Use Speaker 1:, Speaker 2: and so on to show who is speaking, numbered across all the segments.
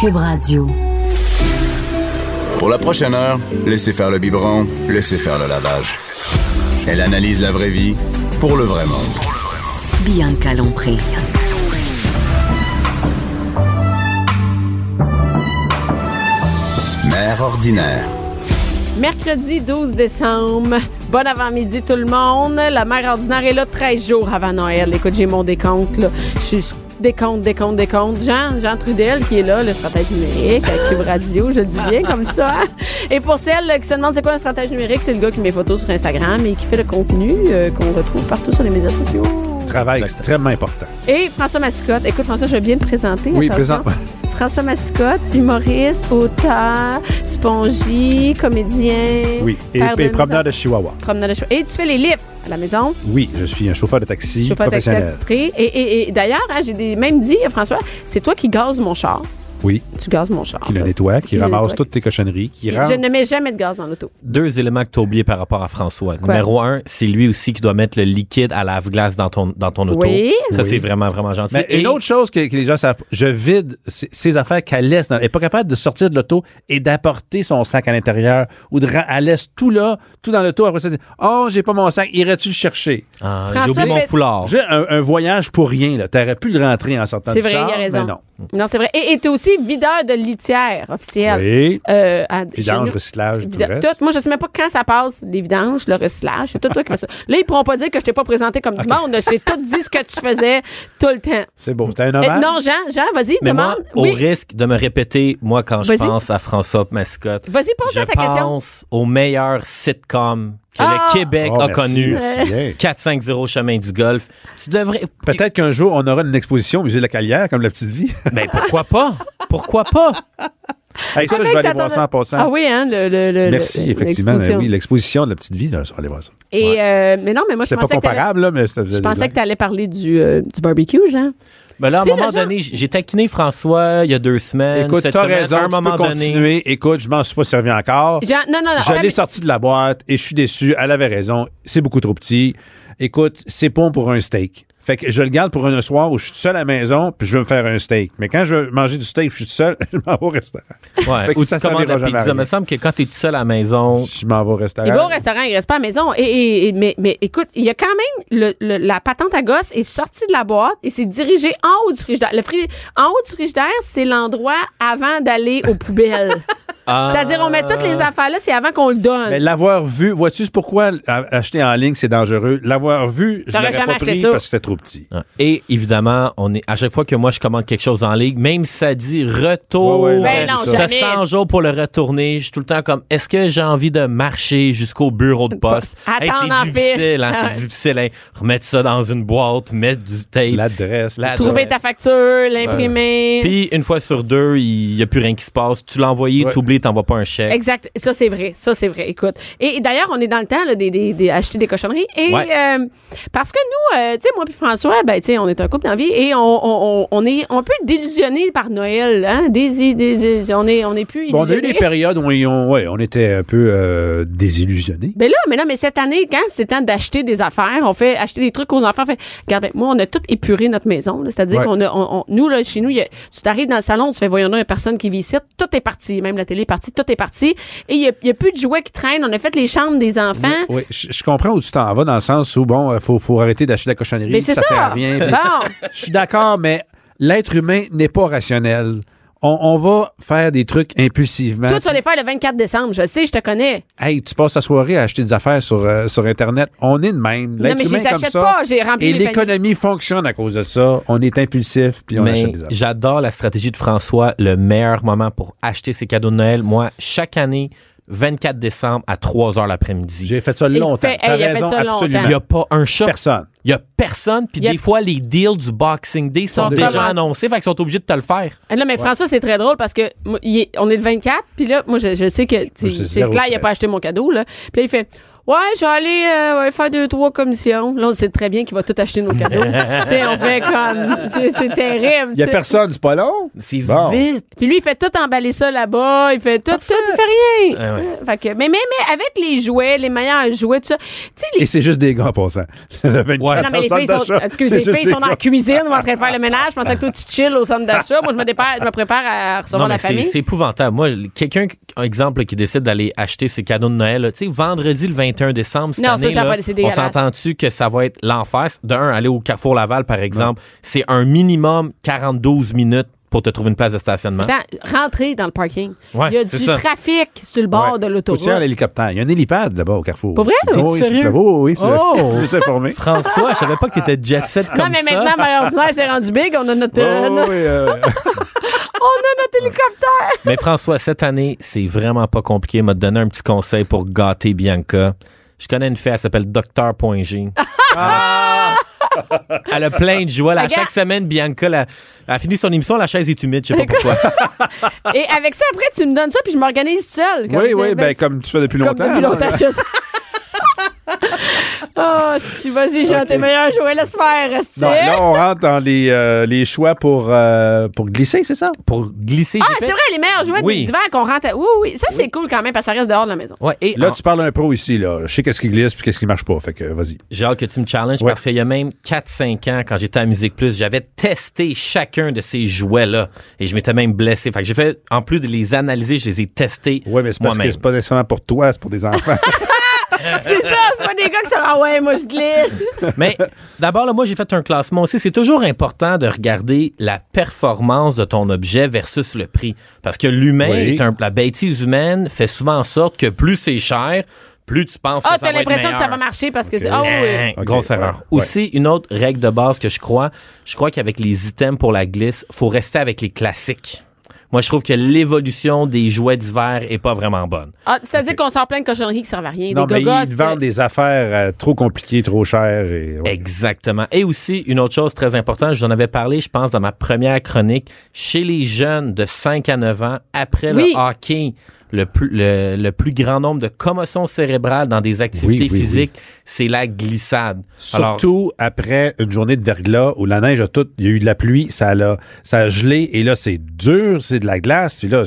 Speaker 1: Cube Radio.
Speaker 2: Pour la prochaine heure, laissez faire le biberon, laissez faire le lavage. Elle analyse la vraie vie pour le vrai monde.
Speaker 1: Bianca Lompré.
Speaker 2: Mère ordinaire.
Speaker 3: Mercredi 12 décembre. Bon avant-midi tout le monde. La mère ordinaire est là 13 jours avant Noël. Écoute, j'ai mon décompte là. Je je décompte, décompte, décompte. Jean, Jean Trudel qui est là, le stratège numérique à Cube Radio, je le dis bien comme ça. Et pour celles qui se demandent c'est quoi un stratège numérique, c'est le gars qui met photos sur Instagram et qui fait le contenu euh, qu'on retrouve partout sur les médias sociaux.
Speaker 4: Travail extrêmement important.
Speaker 3: Et François Mascotte. Écoute, François, je vais bien te présenter.
Speaker 4: Oui,
Speaker 3: attention.
Speaker 4: présente-moi.
Speaker 3: François Mascotte, humoriste, auteur, spongy, comédien.
Speaker 4: Oui. Et,
Speaker 3: père
Speaker 4: et promeneur
Speaker 3: maison-
Speaker 4: de Chihuahua.
Speaker 3: promeneur de chou- Et tu fais les livres à la maison,
Speaker 4: Oui, je suis un chauffeur de taxi
Speaker 3: chauffeur taxi
Speaker 4: professionnel.
Speaker 3: attitré. Et, et, et d'ailleurs, hein, j'ai des- même dit, François, c'est toi qui gazes mon char.
Speaker 4: Oui,
Speaker 3: Tu gazes mon char.
Speaker 4: qui le
Speaker 3: là.
Speaker 4: nettoie, qui
Speaker 3: le
Speaker 4: ramasse
Speaker 3: nettoie.
Speaker 4: toutes tes cochonneries, qui
Speaker 3: Et
Speaker 4: rentre.
Speaker 3: Je ne mets jamais de gaz dans l'auto.
Speaker 5: deux éléments que tu as oubliés par rapport à François. Numéro un, c'est lui aussi qui doit mettre le liquide à lave-glace dans ton, dans ton auto.
Speaker 3: Oui.
Speaker 5: Ça,
Speaker 4: Oui.
Speaker 5: c'est vraiment, vraiment gentil.
Speaker 4: Mais une
Speaker 5: Et-
Speaker 4: autre chose que, que les gens savent, je vide ces ces affaires qu'elle laisse. Dans, elle n'est pas capable de sortir de l'auto et d'apporter son sac à l'intérieur ou de ra- elle laisse tout là, tout dans l'auto. Après ça, elle dit, oh, j'ai pas mon sac, irais-tu le chercher?
Speaker 5: Ah,
Speaker 3: François
Speaker 5: j'ai oublié mon
Speaker 3: fait-
Speaker 5: foulard.
Speaker 4: J'ai un, un voyage pour rien. Là. T'aurais pu le rentrer en sortant
Speaker 3: C'est
Speaker 4: du
Speaker 3: vrai,
Speaker 4: char,
Speaker 3: il a raison.
Speaker 4: mais non.
Speaker 3: Non, c'est vrai. Et tu es aussi videur de litière officielle.
Speaker 4: Oui.
Speaker 3: Euh, à-
Speaker 4: Vidange,
Speaker 3: chez nous.
Speaker 4: recyclage, tout le
Speaker 3: Vida-
Speaker 4: reste.
Speaker 3: tout. moi, je sais même pas quand ça passe, les vidanges, le recyclage, c'est tout toi qui fais ça. Là, ils pourront pas dire que je t'ai pas présenté comme du monde. là. Je t'ai tout dit ce que tu faisais tout le temps.
Speaker 4: C'est beau. C'était un
Speaker 3: Eh,
Speaker 4: hommage.
Speaker 3: non, Jean, Jean, vas-y,
Speaker 5: Mais moi,
Speaker 3: demande.
Speaker 5: au
Speaker 3: Oui.
Speaker 5: risque de me répéter, moi, quand je
Speaker 3: Vas-y.
Speaker 5: pense à François Mascotte,
Speaker 3: Vas-y, pose-toi
Speaker 5: je
Speaker 3: ta question.
Speaker 5: pense au meilleur sitcom que
Speaker 3: Ah!
Speaker 5: le Québec
Speaker 4: Oh,
Speaker 5: a
Speaker 4: merci,
Speaker 5: connu.
Speaker 4: merci, bien.
Speaker 5: 4-5-0 chemin du golf. Tu devrais.
Speaker 4: Peut-être qu'un jour, on aura une exposition au musée de la Calière, comme la petite vie.
Speaker 5: Mais Ben, pourquoi pas? Pourquoi pas?
Speaker 4: Hey, ça, je vais aller voir ça en passant.
Speaker 3: Ah oui, hein, le, le, le-
Speaker 4: Merci,
Speaker 3: le-
Speaker 4: effectivement. mais
Speaker 3: l'exposition.
Speaker 4: oui, l'exposition de la petite vie, là, je vais aller voir ça.
Speaker 3: Et, euh, mais non, mais moi, je
Speaker 4: C'est pas
Speaker 3: pensais que t'allais-
Speaker 4: comparable, là, mais c'est-
Speaker 3: je pensais que tu allais parler du, euh, du barbecue, Jean.
Speaker 5: Mais Ben là, à un
Speaker 3: Tu sais,
Speaker 5: moment
Speaker 3: le genre-
Speaker 5: donné, j'ai taquiné François il y a deux semaines.
Speaker 4: Écoute,
Speaker 5: cette
Speaker 4: t'as
Speaker 5: semaine,
Speaker 4: raison,
Speaker 5: à un
Speaker 4: tu
Speaker 5: moment
Speaker 4: peux
Speaker 5: donné.
Speaker 4: continuer. Écoute, je m'en suis pas servi encore.
Speaker 3: Jean, non, non, non.
Speaker 4: Je l'ai
Speaker 3: mais-
Speaker 4: sorti de la boîte et je suis déçu. Elle avait raison. C'est beaucoup trop petit. Écoute, c'est bon pour un steak. Fait que je le garde pour un soir où je suis tout seul à la maison puis je veux me faire un steak. Mais quand je veux manger du steak, je suis tout seul, je m'en vais au restaurant.
Speaker 5: Ouais.
Speaker 4: Fait que
Speaker 5: Ou
Speaker 4: ça
Speaker 5: tu commandes
Speaker 4: servira
Speaker 5: la
Speaker 4: jamais à
Speaker 5: pizza.
Speaker 4: rien.
Speaker 5: Il me semble que quand t'es tout seul à la maison,
Speaker 4: Je m'en vais au restaurant.
Speaker 3: Il va au restaurant, il reste pas à la maison. Et, et- et- mais, mais écoute, il y a quand même le- le- la patente à gosse est sortie de la boîte et s'est dirigée en haut du frigidaire. Le fri- en haut du frigidaire, c'est l'endroit avant d'aller aux poubelles.
Speaker 5: Ah.
Speaker 3: C'est-à-dire, on met toutes les affaires là, c'est avant qu'on le donne.
Speaker 4: Mais l'avoir vu, vois-tu c'est pourquoi a- acheter en ligne c'est dangereux? L'avoir vu, je
Speaker 3: J'aurais
Speaker 4: l'aurais
Speaker 3: jamais
Speaker 4: pas
Speaker 3: acheté
Speaker 4: pris
Speaker 3: ça.
Speaker 4: parce que c'était trop petit.
Speaker 5: Ouais. Et évidemment, on est à chaque fois que moi je commande quelque chose en ligne, même si ça dit retour,
Speaker 4: Ouais, ouais,
Speaker 3: Ben non,
Speaker 5: t'as
Speaker 3: jamais.
Speaker 5: 100 jours pour le retourner, je suis tout le temps comme est-ce que j'ai envie de marcher jusqu'au bureau de poste
Speaker 3: Attends, en
Speaker 5: c'est difficile, hein,
Speaker 3: file. Ah ouais.
Speaker 5: c'est difficile, hein. remettre ça dans une boîte, mettre du tape.
Speaker 4: L'adresse.
Speaker 5: La-
Speaker 4: tout.
Speaker 3: Trouver
Speaker 5: Ouais.
Speaker 3: ta facture, l'imprimer.
Speaker 5: Puis une fois sur deux, il y a plus rien qui se passe, tu l'as envoyé,
Speaker 4: Ouais.
Speaker 5: t'oublies, t'envoies pas un chèque.
Speaker 3: Exact. Ça, c'est vrai. Ça, c'est vrai. Écoute. Et, et d'ailleurs, on est dans le temps là, des, des, des- acheter des cochonneries. Et
Speaker 5: Ouais.
Speaker 3: euh, parce que nous, euh, tu sais, moi puis François, ben, tu sais, on est un couple d'envie et on, on, on, on est on peut être délusionné par Noël. Hein? Des, des, des- on est on est plus
Speaker 4: Bon, on a eu
Speaker 3: illusionné.
Speaker 4: des périodes où ils ont- ouais, on était un peu euh, désillusionnés.
Speaker 3: Ben là, mais là, mais cette année, quand c'est temps d'acheter des affaires, on fait acheter des trucs aux enfants. on Fait, regarde, ben, moi, on a tout épuré notre maison. là. C'est-à-dire
Speaker 4: Ouais.
Speaker 3: qu'on a, on, on- nous là, chez nous, il y a- tu t'arrives dans le salon, tu fais voyons là, il y a personne qui vit ici, tout est parti, même la télé est partie, tout est parti. Et il y a, il y a plus de jouets qui traînent. On a fait les chambres des enfants.
Speaker 4: Oui, je, je comprends où tu t'en vas dans le sens où, bon, il faut, faut arrêter d'acheter de la cochonnerie.
Speaker 3: Mais c'est ça.
Speaker 4: sert à rien. puis-
Speaker 3: Bon.
Speaker 4: Je suis d'accord, mais l'être humain n'est pas rationnel. On, on va faire des trucs impulsivement.
Speaker 3: Toi, tu vas les faire le 24 décembre. Je sais, je te connais.
Speaker 4: Hey, tu passes la soirée à acheter des affaires sur, euh, sur Internet. On est de même. L'être
Speaker 3: mais je les
Speaker 4: humain est comme
Speaker 3: achète
Speaker 4: ça.
Speaker 3: pas, j'ai rempli
Speaker 4: Et
Speaker 3: les paniers.
Speaker 4: l'économie fonctionne à cause de ça. On est impulsif, puis on
Speaker 5: Mais
Speaker 4: achète des affaires.
Speaker 5: j'adore la stratégie de François, le meilleur moment pour acheter ses cadeaux de Noël. Moi, chaque année, 24 décembre à 3 heures l'après-midi.
Speaker 4: J'ai fait ça
Speaker 3: Il
Speaker 4: longtemps.
Speaker 3: fait-
Speaker 4: T'as
Speaker 3: hey, il a fait
Speaker 4: raison,
Speaker 3: ça longtemps.
Speaker 4: absolument.
Speaker 5: Il n'y a pas un chat.
Speaker 4: Personne.
Speaker 5: Il n'y a personne. Puis
Speaker 3: Il y a-
Speaker 5: des fois, les deals du Boxing Day sont
Speaker 3: Sont
Speaker 5: déjà
Speaker 3: déjà-
Speaker 5: annoncés. Fait qu'ils sont obligés de te le faire.
Speaker 3: Ah Non, mais François, c'est très drôle parce que moi, il est- on est le 24, puis là, moi, je, je sais que tu sais,
Speaker 4: c'est
Speaker 3: c'est
Speaker 4: zéro
Speaker 3: clair, il a
Speaker 4: stress.
Speaker 3: pas acheté mon cadeau, là. Puis là, il fait Ouais, je vais aller euh, ouais, faire deux, trois commissions. Là, on sait très bien qu'il va tout acheter nos cadeaux. tu sais, on fait comme. C'est c'est terrible.
Speaker 4: Il n'y a
Speaker 3: tu sais.
Speaker 4: personne, c'est pas long.
Speaker 5: C'est
Speaker 4: Bon.
Speaker 5: vite.
Speaker 3: Puis lui, il fait tout emballer ça là-bas, il fait tout, tout, il fait rien.
Speaker 5: Ah ouais.
Speaker 3: Fait que, mais, mais, mais avec les jouets, les meilleurs jouets, tout ça. Tu sais, les.
Speaker 4: Et c'est juste des gars en passant. Le 24
Speaker 5: Ouais,
Speaker 3: Ah non, mais les
Speaker 4: centre
Speaker 3: filles sont,
Speaker 4: d'achat,
Speaker 3: excuse,
Speaker 4: c'est
Speaker 3: les
Speaker 4: juste
Speaker 3: filles
Speaker 4: des
Speaker 3: sont dans la
Speaker 4: gars.
Speaker 3: cuisine, on est en train de faire le ménage, pendant que toi, tu chill au centre d'achat. Moi, je me, dépare, je me prépare à recevoir
Speaker 5: Non, mais
Speaker 3: la
Speaker 5: c'est
Speaker 3: famille.
Speaker 5: c'est épouvantable. Moi, quelqu'un, un exemple, là, qui décide d'aller acheter ses cadeaux de Noël, là, tu sais, vendredi le 21 décembre, cette
Speaker 3: Non, ça,
Speaker 5: année,
Speaker 3: ça va
Speaker 5: là,
Speaker 3: pas- c'est
Speaker 5: on
Speaker 3: dégueulasse.
Speaker 5: s'entend-tu que ça va être l'enfer? D'un, aller au Carrefour Laval, par exemple, c'est un minimum 42 minutes pour te trouver une place de stationnement.
Speaker 3: Attends, rentrer dans le parking.
Speaker 5: Hein? Ouais,
Speaker 3: il y a
Speaker 5: c'est
Speaker 3: du
Speaker 5: ça.
Speaker 3: trafic sur le bord
Speaker 4: Ouais.
Speaker 3: de
Speaker 4: Faut-tu aller à
Speaker 3: l'autoroute.
Speaker 4: l'hélicoptère. Il y a un E hélipad là-bas au Carrefour.
Speaker 3: Pour vrai?
Speaker 4: C'est-
Speaker 5: T'es-tu
Speaker 4: Oui, c'est-
Speaker 5: sérieux?
Speaker 4: oui, oui, c'est-
Speaker 5: Oh!
Speaker 4: Je me suis informé.
Speaker 5: François, je savais pas que t'étais jet set comme
Speaker 3: Non, mais
Speaker 5: ça.
Speaker 3: maintenant, Marie ordinaire, c'est rendu big. On a notre,
Speaker 4: Oui,
Speaker 3: euh,
Speaker 4: oui,
Speaker 3: notre-
Speaker 4: oui, euh,
Speaker 3: on a notre hélicoptère.
Speaker 5: Mais François, cette année, c'est vraiment pas compliqué. Il m'a donné un petit conseil pour gâter Bianca. Je connais une fille, elle s'appelle Docteur.g. Elle a plein de joie. là. À
Speaker 3: Ah! Regarde.
Speaker 5: chaque semaine, Bianca la- elle a fini son émission, la chaise est humide, je sais pas pourquoi.
Speaker 3: Et avec ça, après, tu me donnes ça, puis je m'organise seule. Comme
Speaker 4: oui,
Speaker 3: c'est-
Speaker 4: oui,
Speaker 3: ben,
Speaker 4: ben, comme tu fais depuis
Speaker 3: Comme
Speaker 4: longtemps.
Speaker 3: depuis longtemps, je sais. oh, si, vas-y, Jean, tes meilleurs jouets, laisse faire, rester.
Speaker 4: Non, là, on rentre dans les, euh, les choix pour, euh, pour glisser, c'est ça?
Speaker 5: Pour glisser,
Speaker 3: Ah,
Speaker 5: j'ai fait-
Speaker 3: c'est vrai, les meilleurs jouets
Speaker 5: Oui.
Speaker 3: de l'hiver qu'on rentre. à- Oui, oui. Ça, c'est cool quand même, parce que ça reste dehors de la maison.
Speaker 5: Ouais, et
Speaker 4: Là,
Speaker 5: en-
Speaker 4: tu parles à un pro ici, là. Je sais qu'est-ce qui glisse puis qu'est-ce qui marche pas. Fait que, vas-y.
Speaker 5: J'ai hâte que tu me challenges
Speaker 4: Ouais.
Speaker 5: parce qu'il y a même 4-5 ans, quand j'étais à Musique Plus, j'avais testé chacun de ces jouets-là et je m'étais même blessé. Fait que j'ai fait, en plus de les analyser, je les ai testés
Speaker 4: Oui, mais c'est parce que
Speaker 5: moi-même.
Speaker 4: c'est pas nécessairement pour toi, c'est pour des enfants.
Speaker 3: c'est ça, c'est pas des gars qui sont. Ah ouais, moi, je glisse.
Speaker 5: Mais d'abord, là, moi, j'ai fait un classement aussi. C'est toujours important de regarder la performance de ton objet versus le prix. Parce que l'humain,
Speaker 4: Oui.
Speaker 5: est un- la bêtise humaine fait souvent en sorte que plus c'est cher, plus tu penses
Speaker 3: Ah,
Speaker 5: que ça va
Speaker 3: t'as
Speaker 5: être
Speaker 3: l'impression que ça
Speaker 5: meilleur.
Speaker 3: va marcher parce que c'est. Ah oui.
Speaker 5: Hein, Grosse
Speaker 4: Ok,
Speaker 5: erreur.
Speaker 4: ouais,
Speaker 5: Aussi, une autre règle de base que je crois, je crois qu'avec les items pour la glisse, faut rester avec les classiques. Moi, je trouve que l'évolution des jouets d'hiver est pas vraiment bonne.
Speaker 3: Ah, C'est-à-dire qu'on sort plein de cochonneries qui servent à rien.
Speaker 4: non,
Speaker 3: des
Speaker 4: mais
Speaker 3: gogos.
Speaker 4: ils te vendent des affaires euh, trop compliquées, trop chères. Et, ouais.
Speaker 5: Exactement. Et aussi, une autre chose très importante, j'en avais parlé, je pense, dans ma première chronique, chez les jeunes de 5 à 9 ans, après
Speaker 3: Oui.
Speaker 5: le hockey, le plus, le, le plus grand nombre de commotions cérébrales dans des activités
Speaker 4: Oui, oui,
Speaker 5: physiques, c'est la glissade. Alors,
Speaker 4: Surtout après une journée de verglas où la neige a tout, il y a eu de la pluie, ça l'a- ça a gelé et là c'est dur, c'est de la glace, puis là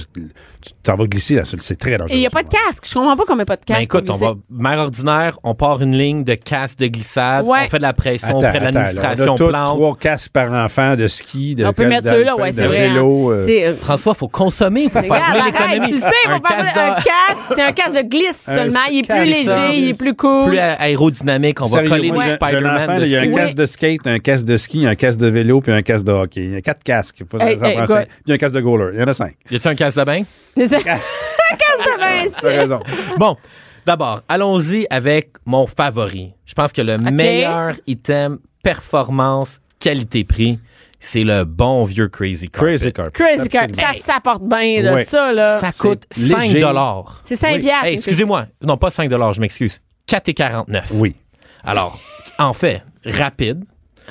Speaker 4: tu t'en vas glisser là, c'est très dangereux.
Speaker 3: Et il n'y a pas de casque. Je comprends pas qu'on met pas de
Speaker 5: ben
Speaker 3: casque.
Speaker 5: écoute,
Speaker 3: pour
Speaker 5: on va,
Speaker 3: glisser.
Speaker 5: mère ordinaire, on part une ligne de casse de glissade,
Speaker 3: Ouais.
Speaker 5: on fait de la pression
Speaker 4: Attends,
Speaker 5: auprès
Speaker 4: attends,
Speaker 5: de l'administration
Speaker 4: là, on a tous
Speaker 5: plante.
Speaker 4: trois casques par enfant de ski, de
Speaker 3: On peut
Speaker 4: de-
Speaker 3: mettre
Speaker 4: de-
Speaker 3: ceux-là,
Speaker 4: de-
Speaker 3: ouais,
Speaker 4: de
Speaker 3: c'est vrai. hein.
Speaker 4: vélo. euh,
Speaker 3: C'est, euh,
Speaker 5: François, faut consommer, faut faire
Speaker 3: Regarde,
Speaker 5: rouler
Speaker 3: arrête,
Speaker 5: l'économie.
Speaker 3: tu sais,
Speaker 5: Un
Speaker 3: faut pas
Speaker 5: casque
Speaker 3: mettre un
Speaker 5: d'or-
Speaker 3: casque, c'est un casque de glisse
Speaker 4: Un
Speaker 3: seulement, il est
Speaker 4: casque,
Speaker 3: plus
Speaker 4: ça.
Speaker 3: léger, il est plus cool.
Speaker 5: plus aérodynamique, on va
Speaker 4: sérieux,
Speaker 5: coller
Speaker 4: moi,
Speaker 5: des
Speaker 4: j'ai- j'ai un enfant,
Speaker 5: Spider-Man
Speaker 4: là, il y a un
Speaker 5: dessus.
Speaker 3: Oui.
Speaker 4: casque de skate, un casque de ski, un casque de vélo, puis un casque de hockey. Il y a quatre casques. Faut-
Speaker 3: Hey,
Speaker 4: ça en
Speaker 3: hey,
Speaker 4: prend
Speaker 3: gars.
Speaker 4: cinq. Puis il y a un casque de goaler. Il y en a cinq.
Speaker 5: Y a-tu un casque de bain?
Speaker 3: Mais c'est- un casque de bain.
Speaker 4: T'as raison.
Speaker 5: Bon, d'abord, allons-y avec mon favori. Je pense que le meilleur item performance qualité-prix, c'est le bon vieux Crazy Car.
Speaker 4: Crazy car.
Speaker 3: Crazy car,
Speaker 4: Absolument.
Speaker 3: ça
Speaker 5: Hey.
Speaker 3: s'apporte bien, là,
Speaker 4: Ouais.
Speaker 3: ça, là.
Speaker 5: Ça coûte
Speaker 4: léger.
Speaker 5: 5 dollars.
Speaker 3: Euh, C'est 5 piastres.
Speaker 5: Hey, excusez-moi. Non, pas 5 dollars, je m'excuse. 4,49.
Speaker 4: Oui.
Speaker 5: Alors, en fait, rapide.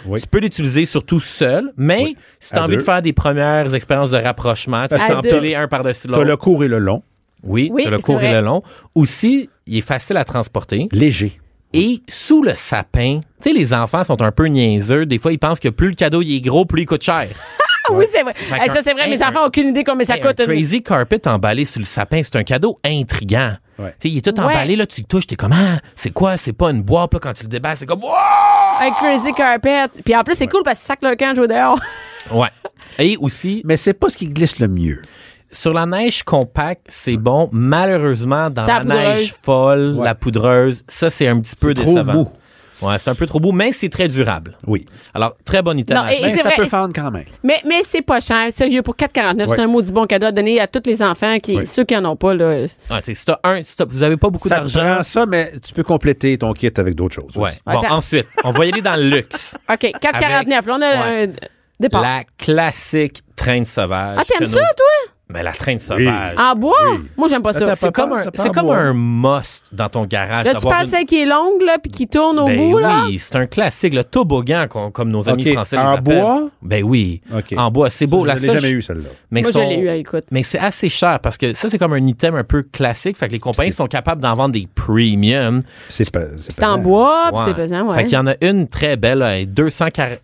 Speaker 4: Oui.
Speaker 5: Tu peux l'utiliser surtout seul, mais si tu
Speaker 4: À
Speaker 5: as envie
Speaker 4: deux.
Speaker 5: de faire des premières expériences de rapprochement, tu
Speaker 4: Parce
Speaker 5: peux
Speaker 3: que
Speaker 5: t'en
Speaker 3: t'as-
Speaker 5: piler un par-dessus
Speaker 4: T'as
Speaker 5: l'autre.
Speaker 4: le court et le long.
Speaker 5: Oui,
Speaker 3: Oui,
Speaker 5: t'as le
Speaker 3: c'est
Speaker 5: court et
Speaker 3: vrai.
Speaker 5: le long. Aussi, il est facile à transporter.
Speaker 4: Léger.
Speaker 5: Et sous le sapin, tu sais, les enfants sont un peu niaiseux. Des fois, ils pensent que plus le cadeau il est gros, plus il coûte cher.
Speaker 3: Ah oui, c'est vrai.
Speaker 5: Fait
Speaker 3: Hey,
Speaker 5: qu'un-
Speaker 3: ça, c'est vrai,
Speaker 5: hey,
Speaker 3: mes
Speaker 5: un-
Speaker 3: enfants n'ont aucune idée combien ça
Speaker 5: Hey,
Speaker 3: coûte.
Speaker 5: un
Speaker 3: une-
Speaker 5: crazy carpet emballé sur le sapin, c'est un cadeau intriguant.
Speaker 4: Ouais.
Speaker 5: Tu sais, il est tout
Speaker 3: Ouais.
Speaker 5: emballé, là, tu le touches, t'es comme, ah, c'est quoi? C'est pas une boîte, là, quand tu le déballes, c'est comme, wow!
Speaker 3: Un crazy carpet. Puis en plus, c'est cool parce que ça sac le camp de jouer dehors.
Speaker 5: Ouais. Et aussi,
Speaker 4: Mais c'est pas ce qui glisse le mieux.
Speaker 5: sur la neige compacte, c'est bon. Malheureusement, dans
Speaker 3: Ça
Speaker 5: la
Speaker 3: poudreuse.
Speaker 5: neige folle,
Speaker 4: Ouais.
Speaker 5: la poudreuse, ça, c'est un petit peu
Speaker 4: trop
Speaker 5: décevant.
Speaker 4: mou.
Speaker 5: Ouais, c'est un peu trop beau, mais c'est très durable.
Speaker 4: Oui.
Speaker 5: Alors, très bonne item.
Speaker 3: Non,
Speaker 5: à
Speaker 3: et-
Speaker 5: acheter.
Speaker 4: Mais
Speaker 3: c'est
Speaker 4: Ben, ça
Speaker 3: vrai,
Speaker 4: peut
Speaker 3: et-
Speaker 4: fendre quand même.
Speaker 3: Mais, mais c'est pas cher. Sérieux, pour 4,49,
Speaker 4: Ouais.
Speaker 3: c'est un maudit bon cadeau à donner à tous les enfants, qui,
Speaker 4: Oui.
Speaker 3: ceux qui en ont pas, là.
Speaker 5: Ouais, tu sais, si t'as un, si t'as- vous avez pas beaucoup
Speaker 4: Ça te
Speaker 5: d'argent.
Speaker 4: prend ça, mais tu peux compléter ton kit avec d'autres choses.
Speaker 5: Ouais.
Speaker 4: aussi.
Speaker 5: Bon,
Speaker 3: Attends.
Speaker 5: ensuite, on va y aller dans le luxe.
Speaker 3: OK, 4,49. Là, on a
Speaker 5: Ouais.
Speaker 3: un départ.
Speaker 5: La classique traîne sauvage.
Speaker 3: Ah, t'aimes
Speaker 5: que
Speaker 3: ça,
Speaker 5: nos-
Speaker 3: toi?
Speaker 5: Mais la traîne sauvage.
Speaker 3: En bois?
Speaker 4: Oui.
Speaker 3: Moi, j'aime pas ça.
Speaker 4: Attends,
Speaker 5: C'est
Speaker 4: papa,
Speaker 5: comme, un,
Speaker 4: Ah, ça part
Speaker 5: c'est
Speaker 4: en
Speaker 5: comme
Speaker 4: bois.
Speaker 5: un must dans ton garage.
Speaker 3: Là, tu
Speaker 5: d'avoir
Speaker 3: penses à qui est longue, là, puis qui tourne au
Speaker 5: Ben
Speaker 3: bout, là?
Speaker 5: oui, c'est un classique, le toboggan, qu'on- comme nos amis
Speaker 4: Ok,
Speaker 5: français
Speaker 4: en
Speaker 5: les appellent.
Speaker 4: bois?
Speaker 5: Ben oui,
Speaker 4: Ok.
Speaker 5: en bois. C'est beau.
Speaker 4: Je
Speaker 5: la
Speaker 4: l'ai
Speaker 5: seule
Speaker 4: jamais
Speaker 5: ch-
Speaker 4: eu, celle-là.
Speaker 5: Mais
Speaker 3: Moi, je
Speaker 5: sont-
Speaker 3: l'ai eu à écoute.
Speaker 5: Mais c'est assez cher parce que ça, c'est comme un item un peu classique. Fait que les compagnies sont capables d'en vendre des premiums.
Speaker 4: C'est pas.
Speaker 3: C'est en bois, Ah, puis
Speaker 5: Ouais.
Speaker 3: c'est pesant,
Speaker 5: Fait
Speaker 3: ouais.
Speaker 5: qu'il y en a une très belle, là, 200 quar-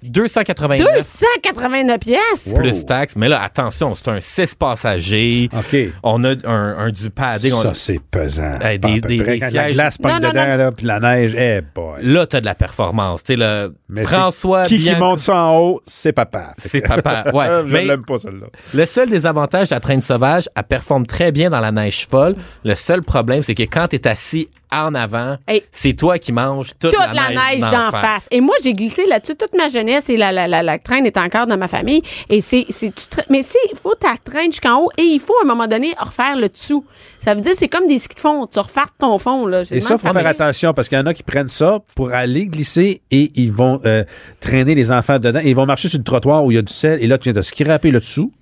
Speaker 5: 289
Speaker 3: 289 pièces!
Speaker 5: plus taxes. Mais là, attention, c'est un 6 passagers.
Speaker 4: OK.
Speaker 5: On a un, un du padding. On-
Speaker 4: Ça, c'est pesant.
Speaker 5: Hey,
Speaker 4: Pas à
Speaker 5: des-
Speaker 4: peu
Speaker 5: des-
Speaker 4: près.
Speaker 5: des
Speaker 4: Quand la
Speaker 5: sièges-
Speaker 4: glace pogne
Speaker 3: Non, non,
Speaker 4: dedans, là, puis la neige, eh boy.
Speaker 5: Là, t'as de la performance. Tu sais, le
Speaker 4: Mais c'est
Speaker 5: François
Speaker 4: Qui qui
Speaker 5: Bianco-
Speaker 4: monte ça en haut, c'est papa.
Speaker 5: C'est papa, ouais.
Speaker 4: Je
Speaker 5: Mais-
Speaker 4: l'aime pas, celle-là.
Speaker 5: Le seul désavantage de la traîne sauvage, elle performe très bien dans la neige folle. Le seul problème, c'est que quand t'es assis en avant,
Speaker 3: Hey.
Speaker 5: c'est toi qui manges toute,
Speaker 3: toute la, neige d'en face. Et moi, j'ai glissé là-dessus toute ma jeunesse et la, la, la, la traîne est encore dans ma famille. Et c'est, c'est, tu tra- mais c'est, il faut ta traîne jusqu'en haut et il faut à un moment donné refaire le dessous. Ça veut dire, c'est comme des skis de fond. Tu refais ton fond, là. J'ai
Speaker 4: Et
Speaker 3: de
Speaker 4: ça,
Speaker 3: mal
Speaker 4: faut
Speaker 3: à
Speaker 4: faire
Speaker 3: faire
Speaker 4: attention parce qu'il y en a qui prennent ça pour aller glisser et ils vont euh, traîner les enfants dedans. Et ils vont marcher sur le trottoir où il y a du sel et là, tu viens de scraper le dessous.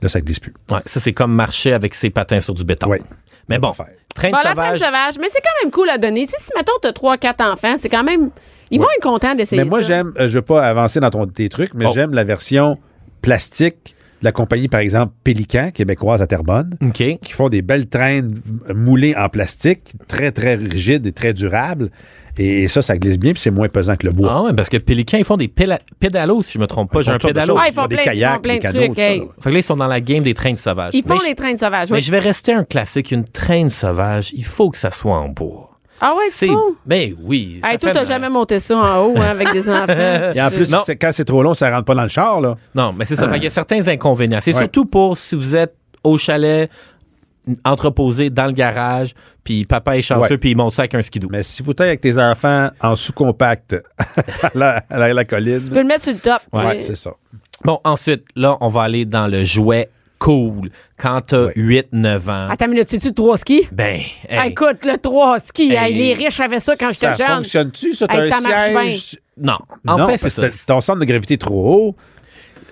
Speaker 4: Là, ça glisse plus.
Speaker 5: Ouais, ça, c'est comme marcher avec ses patins sur du béton.
Speaker 4: Ouais.
Speaker 5: Mais bon,
Speaker 4: Faire.
Speaker 5: traîne
Speaker 3: Bon, la traîne
Speaker 5: sauvage.
Speaker 3: sauvage, mais c'est quand même cool à donner. Tu sais, si, mettons, t'as trois, quatre enfants, c'est quand même, ils vont être contents d'essayer
Speaker 4: Mais moi,
Speaker 3: ça.
Speaker 4: j'aime, euh, je veux pas avancer dans ton, tes trucs, mais
Speaker 5: Oh.
Speaker 4: j'aime la version plastique de la compagnie, par exemple, Pélican, québécoise à Terrebonne.
Speaker 5: OK.
Speaker 4: qui font des belles traînes moulées en plastique, très, très rigides et très durables. Et ça, ça glisse bien, puis c'est moins pesant que le bois.
Speaker 5: Ah ouais, parce que Pélican, ils font des péla- pédalos, si je me trompe pas.
Speaker 4: Ils
Speaker 5: J'ai
Speaker 4: font
Speaker 5: un
Speaker 4: toutes sortes de
Speaker 5: pédalo.
Speaker 4: choses.
Speaker 3: Ah, ils font plein- ils font plein de trucs,
Speaker 4: tout ça,
Speaker 3: hey.
Speaker 4: là.
Speaker 5: Fait que là, ils sont dans la game des traînes sauvages.
Speaker 3: Ils font
Speaker 5: Mais je-
Speaker 3: les traînes sauvages,
Speaker 5: Mais
Speaker 3: oui.
Speaker 5: je vais rester un classique. Une traîne sauvage, il faut que ça soit en bois.
Speaker 3: Ah ouais, c'est
Speaker 5: C'est...
Speaker 3: cool.
Speaker 5: Ben oui. ça
Speaker 3: Hey, toi,
Speaker 5: fait
Speaker 3: t'as
Speaker 5: mal.
Speaker 3: jamais monté ça en haut, hein, avec des enfants.
Speaker 4: Et en plus,
Speaker 5: Non.
Speaker 4: c'est- quand c'est trop long, ça rentre pas dans le char, là.
Speaker 5: Non, mais c'est ça. Il y a certains inconvénients. C'est
Speaker 4: Ouais.
Speaker 5: surtout pour si vous êtes au chalet, n- entreposé dans le garage, puis papa est chanceux,
Speaker 4: Ouais.
Speaker 5: puis il monte ça avec un skidoo.
Speaker 4: Mais si vous êtes avec tes enfants en sous-compact à la, à la- la colline,
Speaker 3: Tu peux le mettre sur le top. tu
Speaker 4: ouais,
Speaker 3: sais.
Speaker 4: c'est ça.
Speaker 5: Bon, ensuite, là, on va aller dans le jouet cool. Quand t'as
Speaker 4: Ouais.
Speaker 5: 8-9 ans,
Speaker 3: Attends, mais là, tu trois skis?
Speaker 5: ben, hey,
Speaker 3: Ah, Écoute, le 3 ski,
Speaker 5: Hey.
Speaker 3: hey, les riches avaient ça quand
Speaker 4: ça
Speaker 3: j'étais jeune.
Speaker 4: fonctionne-tu, ça? T'as
Speaker 3: Hey,
Speaker 4: un
Speaker 3: ça marche
Speaker 4: siège...
Speaker 5: non. En
Speaker 4: non,
Speaker 5: fait, c'est
Speaker 4: parce
Speaker 5: ça.
Speaker 4: que Ton centre de gravité est trop haut.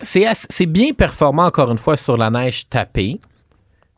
Speaker 5: C'est ass- c'est bien performant, encore une fois, sur la neige tapée.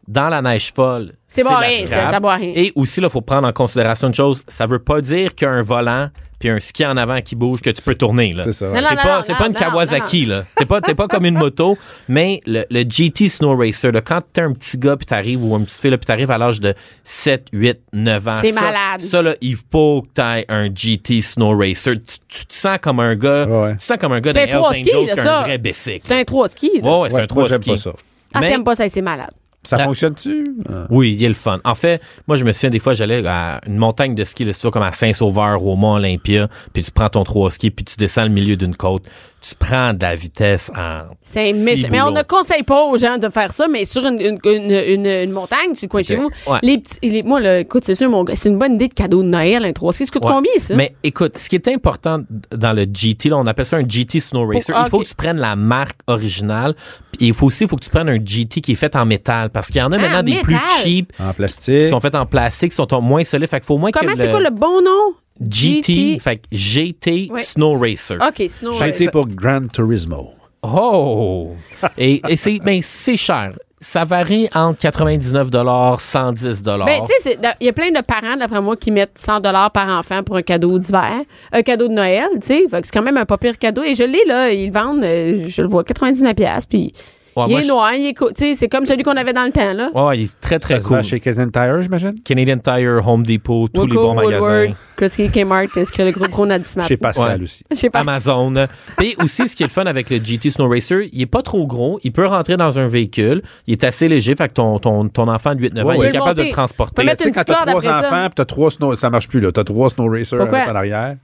Speaker 5: Dans la neige folle,
Speaker 3: C'est
Speaker 5: la
Speaker 3: barré, ça,
Speaker 5: scrap.
Speaker 3: ça boit rien.
Speaker 5: Et aussi, il faut prendre en considération une chose, ça veut pas dire qu'il y a un volant puis un ski en avant qui bouge que tu peux tourner. là.
Speaker 4: C'est ça.
Speaker 3: Non, non,
Speaker 5: C'est pas, c'est
Speaker 3: non,
Speaker 5: pas une
Speaker 3: non,
Speaker 5: Kawasaki, là. T'es pas, t'es pas comme une moto, mais le, le GT Snow Racer, là, quand t'es un petit gars puis t'arrives ou un petit fille là, puis t'arrives à l'âge de 7, 8, 9 ans.
Speaker 3: C'est
Speaker 5: ça-
Speaker 3: malade.
Speaker 5: Ça, là, il faut que t'aies un GT Snow Racer. Tu, tu te sens comme un gars.
Speaker 4: Ouais.
Speaker 5: Tu te sens comme un gars
Speaker 3: C'est
Speaker 5: d'un
Speaker 3: un trois
Speaker 5: Hells
Speaker 3: skis,
Speaker 5: Angels
Speaker 3: là,
Speaker 5: qui a
Speaker 3: ça.
Speaker 5: un vrai basic.
Speaker 3: C'est un 3 ski. là.
Speaker 5: Ouais, ouais, c'est
Speaker 4: Ouais,
Speaker 5: un
Speaker 4: moi,
Speaker 5: trois
Speaker 4: j'aime
Speaker 5: skis.
Speaker 4: pas ça.
Speaker 3: Ah,
Speaker 5: Mais-
Speaker 3: t'aimes pas ça, c'est malade.
Speaker 4: Ça
Speaker 5: La-
Speaker 4: fonctionne-tu? Ah.
Speaker 5: Oui, il est le fun. En fait, moi, je me souviens, des fois, j'allais à une montagne de ski, là, c'est sûr, comme à Saint-Sauveur, au Mont-Olympia, puis tu prends ton trois skis, puis tu descends le milieu d'une côte. Tu prends de la vitesse en...
Speaker 3: C'est
Speaker 5: six
Speaker 3: méchant. Mais on
Speaker 5: boulots.
Speaker 3: ne conseille pas aux gens de faire ça, mais sur une, une, une, une- une montagne, sur le coin de chez vous,
Speaker 5: Ouais.
Speaker 3: les petits, les- moi, là, écoute, c'est sûr, mon gars, c'est une bonne idée de cadeau de Noël, un 3 ski. Ça coûte
Speaker 5: Ouais.
Speaker 3: combien, ça?
Speaker 5: Mais écoute, ce qui est important d- dans le GT, là, on appelle ça un GT Snow Racer.
Speaker 3: ah,
Speaker 5: il faut
Speaker 3: ok.
Speaker 5: que tu prennes la marque originale. Puis il faut aussi, il faut que tu prennes un GT qui est fait en métal. Parce qu'il y en a maintenant des
Speaker 3: Ah, métal.
Speaker 5: plus cheap
Speaker 4: En
Speaker 5: qui
Speaker 4: plastique.
Speaker 5: sont faits en plastique, qui sont au moins solides. Fait qu'il faut au moins que
Speaker 3: Comment c'est quoi le bon nom?
Speaker 5: GT, fait que GT
Speaker 3: Ouais.
Speaker 5: Snow Racer.
Speaker 3: OK, sinon. euh,
Speaker 4: J'ai été pour Gran Turismo.
Speaker 5: Oh! et et c'est ben, c'est cher. Ça varie entre 99 110
Speaker 3: Ben, tu sais, c'est- il y a plein de parents, d'après moi, qui mettent 100 par enfant pour un cadeau d'hiver, un cadeau de Noël, tu sais. Fait que C'est quand même un pas pire cadeau. Et je l'ai, là, ils le vendent, euh, je le vois, 99 puis
Speaker 5: Ouais,
Speaker 3: il
Speaker 5: moi,
Speaker 3: est
Speaker 5: je-
Speaker 3: noir, il est cool. Tu sais, c'est comme celui qu'on avait dans le temps, là.
Speaker 5: Ouais, ouais, il est très, très
Speaker 4: Ça se vend
Speaker 5: cool.
Speaker 4: chez Canadian Tire, j'imagine?
Speaker 5: Canadian Tire, Home Depot, tous les
Speaker 3: Woodco,
Speaker 5: bons magasins.
Speaker 3: Woodward, Krusky, Kmart, est-ce que le groupe Rona Dismap?
Speaker 4: Chez Pascal
Speaker 5: Ouais.
Speaker 4: aussi.
Speaker 3: Je sais pas.
Speaker 5: Amazon. Et aussi, ce qui est le fun avec le GT Snow Racer, il est pas trop gros. Il peut rentrer dans un véhicule. Il est assez léger. Fait que ton, ton, ton enfant de 8-9 ans,
Speaker 4: Ouais,
Speaker 5: il
Speaker 4: ouais.
Speaker 5: est capable de le
Speaker 3: Monter.
Speaker 5: transporter.
Speaker 3: Peut
Speaker 4: Mais
Speaker 3: mettre
Speaker 4: tu sais,
Speaker 3: une
Speaker 4: quand t'as
Speaker 3: corde
Speaker 4: trois
Speaker 3: après ça.
Speaker 4: enfants, puis t'as trois snow, ça marche plus, là. T'as trois snow racers
Speaker 3: Pourquoi?
Speaker 4: en arrière.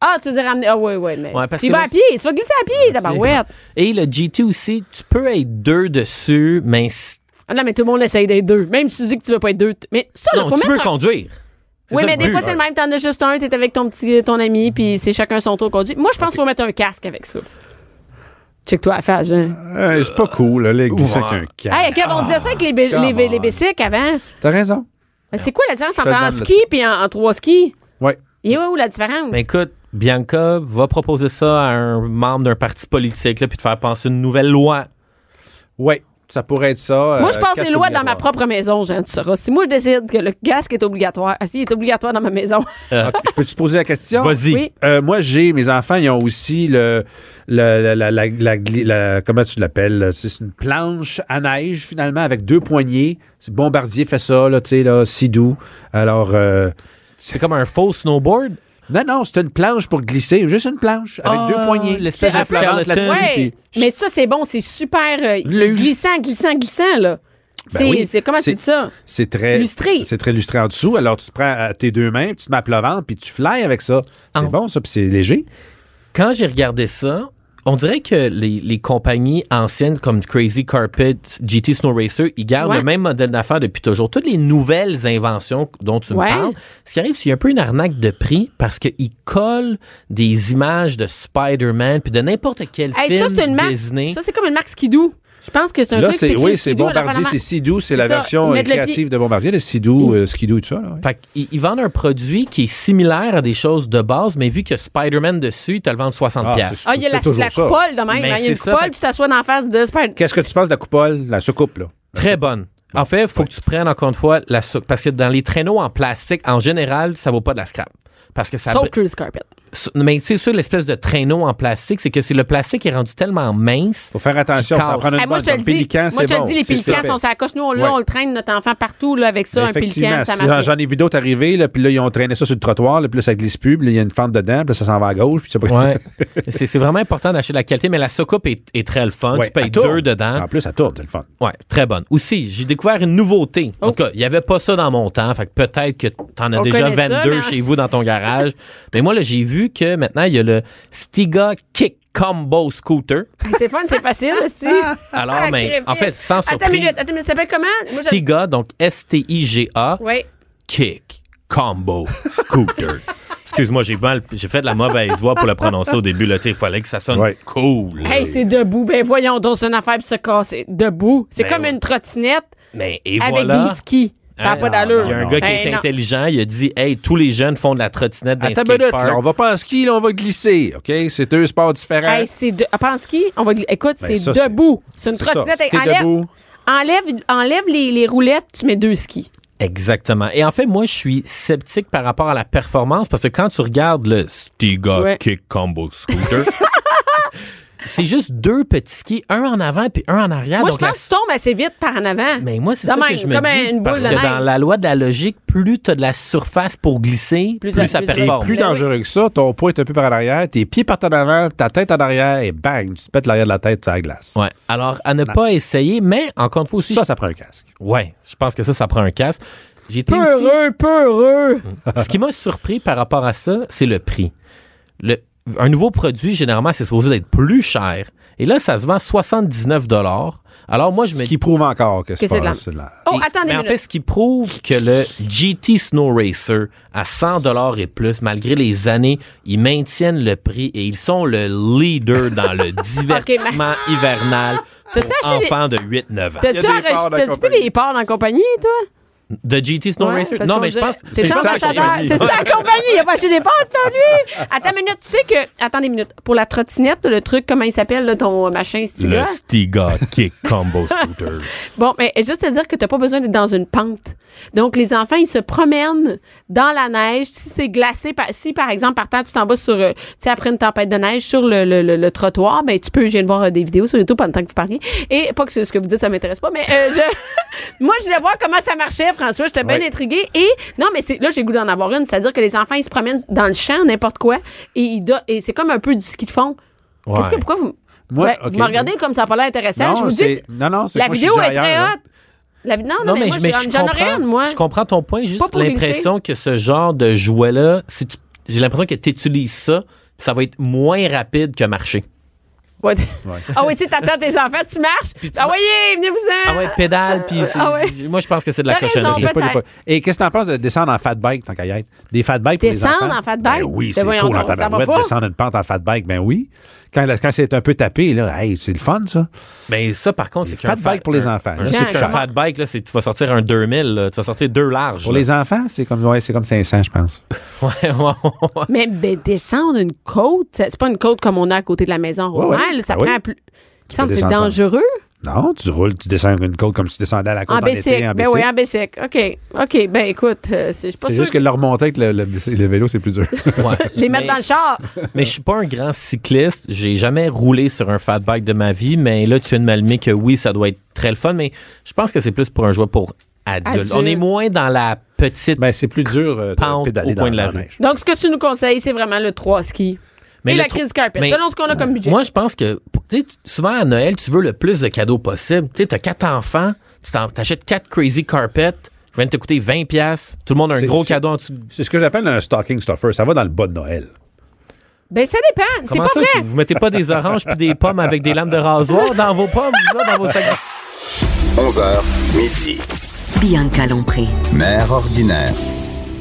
Speaker 3: Ah, tu veux dire amener. Ah, oui, oui, mais.
Speaker 5: Ouais, parce
Speaker 3: tu y
Speaker 5: que
Speaker 3: vas
Speaker 5: là,
Speaker 3: à pied, tu vas glisser à pied, tabarouette.
Speaker 5: Et le GT aussi, tu peux être deux dessus, mais si-
Speaker 3: Ah, non, mais tout le monde essaye d'être deux. Même si tu dis que tu veux pas être deux. t- Mais ça, là,
Speaker 5: non,
Speaker 3: Ah, faut
Speaker 5: tu veux
Speaker 3: mettre. un-
Speaker 5: conduire. C'est
Speaker 3: Oui,
Speaker 5: ça
Speaker 3: mais
Speaker 5: le
Speaker 3: des
Speaker 5: but.
Speaker 3: fois, c'est le même. T'en as juste un, t'es avec ton petit, ton ami, puis c'est chacun son tour conduit. Moi, je pense qu'il faut mettre un casque avec ça. Check-toi à Fage, hein.
Speaker 4: Euh, c'est pas cool, là, les glisser avec un casque.
Speaker 3: Hey, on disait ça avec les, bé- les, bé- les bicycles avant.
Speaker 4: T'as raison.
Speaker 3: Mais c'est quoi la différence
Speaker 4: te
Speaker 3: entre en
Speaker 4: demande Ben,
Speaker 3: ski puis en, en trois skis?
Speaker 4: Ouais.
Speaker 3: Il y a où la différence?
Speaker 5: Mais écoute, Bianca va proposer ça à un membre d'un parti politique, là, puis de faire passer une nouvelle loi.
Speaker 4: Ouais. ça pourrait être ça.
Speaker 3: Moi,
Speaker 4: euh,
Speaker 3: je passe les
Speaker 4: casque
Speaker 3: lois dans ma
Speaker 4: obligatoire.
Speaker 3: propre maison, Jean, tu sauras. Si moi, je décide que le casque est obligatoire, ah, s'il est obligatoire dans ma maison,
Speaker 4: Ok, je peux-tu te poser la question?
Speaker 5: Vas-y.
Speaker 3: Oui.
Speaker 4: Euh, moi, j'ai mes enfants, ils ont aussi le, la- la- la- la- la- la- comment tu l'appelles? là? C'est une planche à neige finalement avec deux poignées. C'est Bombardier fait ça là, tu sais là, si doux. Alors euh,
Speaker 5: C'est comme un faux snowboard.
Speaker 4: non non, c'est une planche pour glisser, juste une planche avec
Speaker 5: Ah,
Speaker 4: deux poignées.
Speaker 5: l'espèce
Speaker 4: C'est
Speaker 5: de
Speaker 4: affolante
Speaker 5: skeleton.
Speaker 4: là-dessus,
Speaker 5: Ouais.
Speaker 4: puis-
Speaker 3: ouais. Mais ça, c'est bon, c'est super euh,
Speaker 4: Le-
Speaker 3: glissant, glissant, glissant, là.
Speaker 4: Ben
Speaker 3: c'est,
Speaker 4: oui.
Speaker 3: c'est- comment
Speaker 4: C'est-
Speaker 3: tu dis ça?
Speaker 4: C'est très
Speaker 3: Lustré.
Speaker 4: C'est très lustré en dessous. Alors tu te prends à tes deux mains, puis tu te mets à plat ventre, puis tu fly avec ça. C'est
Speaker 5: Ah.
Speaker 4: bon ça, puis c'est léger.
Speaker 5: Quand j'ai regardé ça, on dirait que les, les compagnies anciennes comme Crazy Carpet, GT Snow Racer, ils gardent
Speaker 3: Ouais.
Speaker 5: le même modèle d'affaires depuis toujours. Toutes les nouvelles inventions dont tu
Speaker 3: Ouais.
Speaker 5: me parles, ce qui arrive, c'est qu'il y a un peu une arnaque de prix parce qu'ils collent des images de Spider-Man puis de n'importe quel
Speaker 3: Hey,
Speaker 5: film
Speaker 3: ça, c'est une marque.
Speaker 5: Disney.
Speaker 3: Ça, c'est comme une marque Skidoo. Je pense que c'est un
Speaker 4: là,
Speaker 3: truc
Speaker 4: c'est
Speaker 3: écrit
Speaker 4: oui, c'est
Speaker 3: Skidoo à la fin
Speaker 4: Bombardier,
Speaker 3: de la
Speaker 4: c'est
Speaker 3: marque.
Speaker 4: Sidou, c'est
Speaker 3: C'est
Speaker 4: la
Speaker 3: ça, ils
Speaker 4: version euh,
Speaker 3: mettent le pied-
Speaker 4: créative de Bombardier, le Sidou, euh, Skidoo et tout ça. Là, ouais.
Speaker 5: Fait qu'ils ils vendent un produit qui est similaire à des choses de base, mais vu que Spider-Man dessus, ils te le vendent 60$.
Speaker 4: Ah,
Speaker 5: piastres.
Speaker 4: c'est-
Speaker 3: Ah, il y a
Speaker 4: C'est
Speaker 3: la,
Speaker 4: toujours
Speaker 3: la
Speaker 4: ça.
Speaker 3: coupole de même.
Speaker 5: Mais
Speaker 3: hein, il y a une
Speaker 5: c'est ça,
Speaker 3: coupole,
Speaker 5: fait-
Speaker 3: tu t'assois en face de Spider-
Speaker 4: Qu'est-ce que tu penses de la coupole, la soucoupe, là?
Speaker 5: Très bonne. En fait, faut que tu prennes encore une fois la soucoupe. Parce que dans les traîneaux en plastique, en général, ça vaut pas de la scrap. Parce que ça.
Speaker 3: Sauf Cruise Carpet.
Speaker 5: s- Mais c'est sûr, l'espèce de traîneau en plastique, c'est que si le plastique est rendu tellement mince.
Speaker 4: Faut faire attention,
Speaker 5: Qui
Speaker 4: ça
Speaker 5: casse.
Speaker 4: prend une
Speaker 3: Hey, moi,
Speaker 4: bonne
Speaker 3: je te le
Speaker 4: comme
Speaker 3: dis,
Speaker 4: pélican,
Speaker 3: moi,
Speaker 4: c'est
Speaker 3: je te le
Speaker 4: bon.
Speaker 3: dis, les
Speaker 4: C'est
Speaker 3: pélicans
Speaker 4: ça.
Speaker 3: sont sur la coche. Nous, on, là,
Speaker 4: Ouais.
Speaker 3: on le traîne, notre enfant, partout, là, avec ça, un pélican,
Speaker 4: Effectivement,
Speaker 3: ça
Speaker 4: si- j'en-
Speaker 3: marche.
Speaker 4: j'en ai vu d'autres arriver, là, puis là, ils ont traîné ça sur le trottoir, là, puis là, ça glisse plus, puis là, il y a une fente dedans, puis là, ça s'en va à gauche, puis ça
Speaker 5: Ouais. c'est c'est vraiment important d'acheter de la qualité, mais la soucoupe est, est très le fun.
Speaker 4: Ouais, Ah
Speaker 5: tu payes
Speaker 4: elle tourne.
Speaker 5: deux dedans.
Speaker 4: En plus, ça tourne, c'est le fun.
Speaker 5: Ouais, très bonne. Aussi, j'ai découvert une nouveauté. En tout cas, il n'y avait pas ça dans mon temps. Fait que peut-être que t'en as
Speaker 3: Oh. On
Speaker 5: déjà
Speaker 3: connaît ça,
Speaker 5: 22
Speaker 3: mais-
Speaker 5: chez vous dans ton garage. mais moi, là, j'ai vu que maintenant, il y a le Stiga Kick Combo Scooter.
Speaker 3: C'est fun, c'est facile aussi.
Speaker 5: Alors,
Speaker 3: Ah,
Speaker 5: mais,
Speaker 3: crépisse.
Speaker 5: en fait, sans
Speaker 3: Attends
Speaker 5: surprise-
Speaker 3: une minute, attends une minute, ça s'appelle comment? Moi, je-
Speaker 5: Stiga, donc S-T-I-G-A,
Speaker 3: Oui.
Speaker 5: Kick Combo Scooter. Excuse-moi, j'ai mal, j'ai fait de la mauvaise voix pour le prononcer au début. Là, Tu sais, il fallait que ça sonne
Speaker 4: Ouais.
Speaker 5: cool.
Speaker 3: Hey, c'est debout. Ben voyons donc, c'est une affaire pour se casser. Debout. C'est
Speaker 5: Ben
Speaker 3: comme
Speaker 5: ouais.
Speaker 3: une trottinette
Speaker 5: Mais et
Speaker 3: avec
Speaker 5: voilà.
Speaker 3: des skis. Ça n'a
Speaker 5: Hein,
Speaker 3: pas
Speaker 5: non,
Speaker 3: d'allure.
Speaker 5: Il y a un gars qui
Speaker 3: Hey,
Speaker 5: est
Speaker 3: non.
Speaker 5: intelligent, il a dit Hey, tous les jeunes font de la trottinette dans les
Speaker 4: Attends une minute,
Speaker 5: skateparks.
Speaker 4: là, on va pas en ski, là, on va glisser, OK? C'est deux sports différents.
Speaker 3: Hey, c'est de... ah, pas en ski, on va... gl- Écoute,
Speaker 4: Euh,
Speaker 3: c'est
Speaker 4: Ben, ça, c'est-
Speaker 3: debout. C'est une
Speaker 4: c'est ça.
Speaker 3: trottinette. Hey,
Speaker 4: Si t'es
Speaker 3: enlève
Speaker 4: debout.
Speaker 3: enlève, enlève les, les roulettes, tu mets deux skis.
Speaker 5: Exactement. Et en fait, moi, je suis sceptique par rapport à la performance parce que quand tu regardes le Stiga
Speaker 3: Ouais.
Speaker 5: Kick Combo Scooter, c'est juste deux petits skis, un en avant puis un en arrière.
Speaker 3: Moi, je
Speaker 5: Ah, donc la-
Speaker 3: pense que tu tombes assez vite par en avant.
Speaker 5: Mais moi, c'est
Speaker 3: De
Speaker 5: ça que
Speaker 3: même,
Speaker 5: je me
Speaker 3: comme
Speaker 5: dis.
Speaker 3: une boule
Speaker 5: parce
Speaker 3: de
Speaker 5: que
Speaker 3: neige.
Speaker 5: dans la loi de la logique, plus tu as de la surface pour glisser,
Speaker 3: Plus
Speaker 5: plus,
Speaker 3: ça-
Speaker 5: ça
Speaker 3: plus ça-
Speaker 5: performe.
Speaker 4: Plus
Speaker 3: Ben
Speaker 4: dangereux que ça, ton poids est un peu par l'arrière, tes pieds partent en avant, ta tête en arrière, et bang, tu te pètes l'arrière de la tête, ça la glace.
Speaker 5: Ouais. Alors, à ne pas essayer, mais encore une fois aussi,
Speaker 4: Ça, ça prend un casque.
Speaker 5: je- ouais, je pense que ça, ça prend un casque. J'ai été aussi-
Speaker 3: Peureux, peureux.
Speaker 5: Ce qui m'a surpris par rapport à ça, c'est le prix. Le- un nouveau produit, généralement, c'est supposé être plus cher. Et là, ça se vend 79 Alors moi, je me
Speaker 4: Ce qui prouve encore que c'est
Speaker 3: c'est de
Speaker 4: pas
Speaker 3: la-
Speaker 4: c'est de la-
Speaker 3: Oh,
Speaker 5: Et-
Speaker 3: attendez
Speaker 5: mais
Speaker 3: une
Speaker 5: en fait,
Speaker 3: minute.
Speaker 5: ce qui prouve que le GT Snow Racer à 100 et plus, malgré les années, ils maintiennent le prix et ils sont le leader dans le divertissement hivernal pour
Speaker 3: T'as-tu acheté des-
Speaker 5: enfants de 8-9 ans.
Speaker 3: T'as-tu
Speaker 4: Il y a des parts dans la
Speaker 3: enregistré- t'as-tu pris
Speaker 4: compagnie.
Speaker 3: des parts dans la compagnie, toi?
Speaker 5: De GT Snow
Speaker 3: Ouais,
Speaker 5: Racer?
Speaker 3: parce
Speaker 5: Non,
Speaker 3: qu'on
Speaker 5: mais je
Speaker 3: dirait-
Speaker 5: pense
Speaker 3: C'est ça,
Speaker 4: ça,
Speaker 3: ambassadeur.
Speaker 4: compagnie.
Speaker 3: C'est ça, la compagnie. Il a pas acheté des passes, c'est lui. Attends une minute. Tu sais que. Attends une minute. Pour la trottinette, le truc, comment il s'appelle, là, ton machin
Speaker 5: le
Speaker 3: Stiga?
Speaker 5: Stiga Kick Combo Scooter.
Speaker 3: Bon, mais juste te dire que t'as pas besoin d'être dans une pente. Donc, les enfants, ils se promènent dans la neige. Si c'est glacé, par- si, par exemple, par terre, tu t'en vas sur, euh, tu sais, après une tempête de neige, sur le, le, le, le trottoir, ben, tu peux, je viens de voir euh, des vidéos sur YouTube pendant que vous parliez. Et pas que ce ce que vous dites, ça m'intéresse pas, mais euh, je, moi, je voulais voir comment ça marchait, François. J'étais bien
Speaker 4: Ouais.
Speaker 3: intriguée. Et, non, mais c'est, là, j'ai le goût d'en avoir une. C'est-à-dire que les enfants, ils se promènent dans le champ, n'importe quoi, et ils, do- et c'est comme un peu du ski de fond. Qu'est-ce que,
Speaker 5: Ouais.
Speaker 3: pourquoi vous,
Speaker 4: Moi,
Speaker 3: Ouais,
Speaker 4: ok.
Speaker 3: vous me regardez comme ça n'a pas l'air intéressant? je vous dis,
Speaker 4: c'est- non, non, Ah, c'est
Speaker 3: la
Speaker 4: que moi, je suis
Speaker 3: vidéo est
Speaker 4: déjà
Speaker 3: très
Speaker 4: ailleurs, là.
Speaker 3: haute. La vi- non, non, mais, moi, j'en- j'en aurais une, moi.
Speaker 5: je comprends ton point, juste
Speaker 3: Pas pour
Speaker 5: l'impression que ce genre de jouet-là, si tu- j'ai l'impression que tu utilises ça, ça va être moins rapide que marcher.
Speaker 3: Ouais. ah oui, tu sais, t'attends tes enfants, tu marches. ah voyez, venez-vous-en.
Speaker 5: Ah ouais, pédale, puis c'est-
Speaker 3: Ah ouais.
Speaker 5: moi je pense que c'est de la
Speaker 3: T'as raison,
Speaker 5: cochonnerie.
Speaker 4: J'ai pas- j'ai
Speaker 3: peut-être.
Speaker 4: pas- Et qu'est-ce que t'en penses de descendre en fat bike, tant qu'à y être? Des fat bikes pour
Speaker 3: Descendre
Speaker 4: les enfants?
Speaker 3: en fat bike?
Speaker 4: Ben oui,
Speaker 3: Ben
Speaker 4: c'est
Speaker 3: voyons
Speaker 4: cool en
Speaker 3: donc, ça va
Speaker 4: tabarouette,
Speaker 3: pas.
Speaker 4: descendre une pente en fat bike, ben oui. Quand, la- quand c'est un peu tapé, là, hey, c'est le fun, ça.
Speaker 5: Mais ça, par contre, c'est
Speaker 4: fat
Speaker 5: qu'un
Speaker 4: bike pour les
Speaker 5: un-
Speaker 4: enfants.
Speaker 5: un-
Speaker 4: Là,
Speaker 5: c'est
Speaker 3: c'est
Speaker 5: ce qu'un
Speaker 3: cher.
Speaker 5: fat bike, là, c'est tu vas sortir un 2000, là, tu vas sortir deux larges.
Speaker 4: Pour
Speaker 5: là.
Speaker 4: les enfants, c'est comme, ouais, c'est comme 500, je pense.
Speaker 5: Ouais, ouais, ouais.
Speaker 3: Mais ben, descendre une côte, c'est c'est pas une côte comme on a à côté de la maison en
Speaker 4: Ouais,
Speaker 3: Rosemère.
Speaker 4: ouais.
Speaker 3: là, Ça
Speaker 4: Ah oui.
Speaker 3: prend plus. Il me semble que c'est
Speaker 4: descendre ça.
Speaker 3: dangereux.
Speaker 4: Non, tu roules, tu descends une côte comme si tu descendais à la côte
Speaker 3: En
Speaker 4: en,
Speaker 3: Bessic.
Speaker 4: été, en
Speaker 3: Ben
Speaker 4: bicycle.
Speaker 3: oui, en Bessic. OK. OK. Ben écoute, euh, c'est- je suis pas
Speaker 4: C'est
Speaker 3: sûre.
Speaker 4: juste que le remonter avec le, le- le vélo, c'est plus dur.
Speaker 5: Ouais.
Speaker 3: Les mettre
Speaker 5: Mais-
Speaker 3: dans le char.
Speaker 5: Mais je suis pas un grand cycliste. J'ai jamais roulé sur un fat bike de ma vie. Mais là, tu viens de m'allumer que oui, ça doit être très le fun. Mais je pense que c'est plus pour un joueur pour adulte.
Speaker 3: Adulte.
Speaker 5: On est moins dans la petite.
Speaker 4: ben, c'est plus dur euh,
Speaker 5: Pente
Speaker 4: de pédaler
Speaker 5: au
Speaker 4: dans
Speaker 5: coin de la rue.
Speaker 4: neige.
Speaker 3: Donc, ce que tu nous conseilles, c'est vraiment le 3 ski.
Speaker 5: mais
Speaker 3: et
Speaker 5: le
Speaker 3: la
Speaker 5: tro-
Speaker 3: crise carpet.
Speaker 5: mais- euh,
Speaker 3: Selon ce qu'on a comme budget.
Speaker 5: Moi, je pense que tu sais, tu- souvent à Noël, tu veux le plus de cadeaux possible. Tu sais, t'as quatre enfants, tu t'en- t'achètes quatre crazy carpets, ils viennent te coûter 20$. piastres. Tout le monde a un
Speaker 4: C'est-
Speaker 5: gros
Speaker 4: c'est-
Speaker 5: cadeau en dessous. de-
Speaker 4: C'est ce que j'appelle un stocking stuffer. Ça va dans le bas de Noël.
Speaker 3: ben, ça dépend. C'est
Speaker 5: Comment
Speaker 3: pas
Speaker 5: ça?
Speaker 3: vrai.
Speaker 5: que Vous mettez pas des oranges puis des pommes avec des lames de rasoir dans vos pommes, vous autres, dans vos sacs.
Speaker 2: 11h, midi.
Speaker 1: Bianca Lompré.
Speaker 2: Mère ordinaire.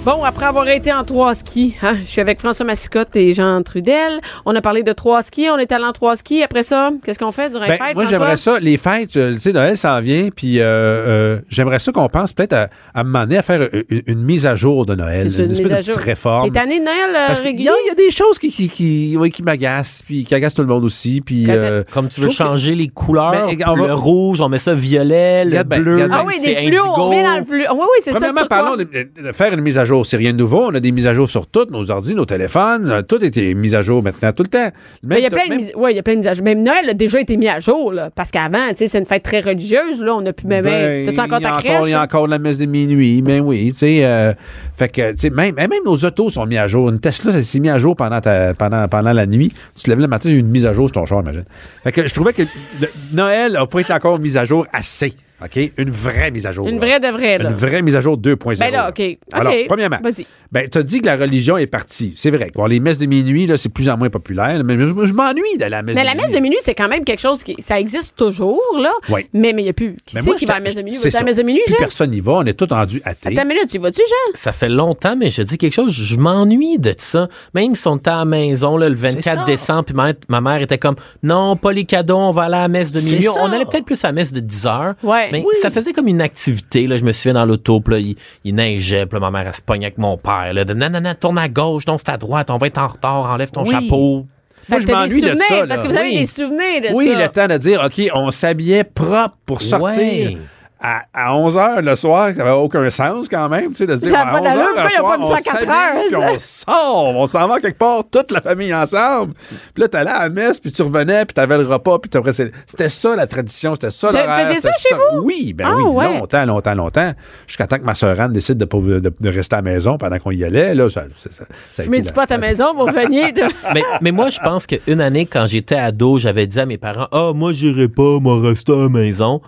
Speaker 3: Bon, après avoir été en trois skis, hein, je suis avec François Massicotte et Jean Trudel. On a parlé de trois skis, on est allé en trois skis. Après ça, qu'est-ce qu'on fait durant les
Speaker 4: Ben,
Speaker 3: fêtes,
Speaker 4: moi,
Speaker 3: François?
Speaker 4: j'aimerais ça. Les fêtes, euh, tu sais, Noël s'en vient, puis euh, euh, j'aimerais ça qu'on pense peut-être à, à me demander à faire une, une- une mise à jour de Noël,
Speaker 3: C'est sûr,
Speaker 4: une, espèce
Speaker 3: mise
Speaker 4: de
Speaker 3: à
Speaker 4: petite
Speaker 3: jour.
Speaker 4: réforme.
Speaker 3: T'es année de Noël euh,
Speaker 4: Parce qu'il y,
Speaker 3: régulier?
Speaker 4: a il y a des choses qui, qui, qui, oui, qui m'agacent, puis qui agacent tout le monde aussi. Puis,
Speaker 3: Quand-
Speaker 4: euh,
Speaker 5: Comme tu
Speaker 4: je
Speaker 5: veux
Speaker 4: trouve que-
Speaker 5: changer les couleurs,
Speaker 4: Ben, on va-
Speaker 5: le rouge, on ben, met ça violet, le
Speaker 4: Regarde bien,
Speaker 5: bleu,
Speaker 4: regarde bien.
Speaker 3: Ah oui,
Speaker 5: c'est
Speaker 3: des fluos, on
Speaker 5: indigo.
Speaker 3: vient dans le fluo. Oui, oui, c'est ça.
Speaker 4: Premièrement,
Speaker 3: turquoise.
Speaker 4: parlons de, de faire une mise à jour. C'est rien de nouveau. On a des mises à jour sur toutes nos ordi, nos téléphones. Euh, Tout était mis à jour maintenant, tout le temps.
Speaker 3: Mais Ben, il y a
Speaker 4: Même-
Speaker 3: plein de
Speaker 4: même-
Speaker 3: mises- ouais, il y a plein de mises à jour. Même Noël a déjà été mis à jour, là, parce qu'avant, tu sais, c'est une fête très religieuse, là, on n'a plus même.
Speaker 4: Ben,
Speaker 3: T'as-tu encore
Speaker 4: il y a
Speaker 3: ta crèche?
Speaker 4: encore, il y a encore la messe de minuit, mais oui, tu sais. euh, fait que, tu sais, même, eh, même nos autos sont mis à jour. Une Tesla, ça s'est mis à jour pendant, ta- pendant, pendant la nuit. Tu te lèves le matin, il y a eu une mise à jour sur ton char, imagine. Fait que je trouvais que le- Noël n'a pas été encore mise à jour assez. OK? Une vraie mise à jour.
Speaker 3: Une
Speaker 4: là.
Speaker 3: vraie de vraie, là.
Speaker 4: Une vraie mise à jour 2.0.
Speaker 3: Ben là, OK. OK.
Speaker 4: Alors, premièrement,
Speaker 3: Vas-y.
Speaker 4: ben, tu as dit que la religion est partie. C'est vrai. Bon, les messes de minuit, là, c'est plus en moins populaire. Mais je, je m'ennuie d'aller à la messe
Speaker 3: Mais
Speaker 4: de
Speaker 3: la
Speaker 4: minuit.
Speaker 3: messe de minuit, c'est quand même quelque chose qui. Ça existe toujours, là.
Speaker 4: Oui.
Speaker 3: Mais mais il n'y a plus. Qui
Speaker 4: Mais
Speaker 3: c'est
Speaker 4: moi,
Speaker 3: qui
Speaker 4: j'étais-
Speaker 3: va à la messe de minuit?
Speaker 4: c'est
Speaker 3: Vas-tu à la
Speaker 4: ça.
Speaker 3: messe de minuit,
Speaker 4: Plus
Speaker 3: Jean?
Speaker 4: personne n'y va. On est tous rendus athées.
Speaker 3: Attends, mais là, tu y vas-tu, Jean?
Speaker 5: Ça fait longtemps, mais je dis quelque chose, je m'ennuie de ça. Même si on était à la maison là, le 24 décembre, puis ma, ma mère était comme Non, pas les cadeaux, on va aller à la messe de minuit. On allait peut-être plus à la messe de 10 heures.
Speaker 3: Ouais.
Speaker 5: Mais
Speaker 3: Oui.
Speaker 5: ça faisait comme une activité. Là, je me souviens dans l'auto, puis là, il, il neigeait, puis là, ma mère elle se pognait avec mon père. Là, de non, non, non, tourne à gauche, non, c'est à droite, on va être en retard, enlève ton
Speaker 4: Oui.
Speaker 5: chapeau.
Speaker 4: Moi,
Speaker 3: Fait
Speaker 4: je
Speaker 3: que t'as des
Speaker 4: m'ennuie de
Speaker 3: souvenirs,
Speaker 4: ça. là.
Speaker 3: Parce que vous avez
Speaker 5: Oui.
Speaker 3: des souvenirs de
Speaker 4: Oui,
Speaker 3: ça.
Speaker 4: le temps de dire, OK, on s'habillait propre pour sortir.
Speaker 5: Ouais.
Speaker 4: À, 11h le soir, ça n'avait aucun sens quand même, tu sais, de dire
Speaker 3: Ça a
Speaker 4: à
Speaker 3: pas
Speaker 4: 11
Speaker 3: d'allure,
Speaker 4: heures
Speaker 3: pourquoi
Speaker 4: le
Speaker 3: il a
Speaker 4: soir,
Speaker 3: pas mis ça
Speaker 4: on
Speaker 3: à quatre heures,
Speaker 4: s'habille, puis
Speaker 3: ça?
Speaker 4: on sort, on s'en va quelque part, toute la famille ensemble. Puis là, t'allais à la messe, puis tu revenais, puis t'avais le repas, puis après, c'est- c'était ça la tradition, c'était ça
Speaker 3: Vous
Speaker 4: l'horaire.
Speaker 3: faisiez ça
Speaker 4: c'était
Speaker 3: chez vous?
Speaker 4: Oui, ben
Speaker 3: Ah,
Speaker 4: oui,
Speaker 3: ouais.
Speaker 4: longtemps, longtemps, longtemps. Jusqu'à temps que ma sœur Anne décide de, pas- de- de rester à la maison pendant qu'on y allait, là, ça, ça, ça, ça a
Speaker 3: Tu mets du
Speaker 4: été la-
Speaker 3: pot à ta maison pour venir. de-
Speaker 5: mais, mais moi, je pense qu'une année, quand j'étais ado, j'avais dit à mes parents, ah, moi, j'irai pas, moi, rester à la maison.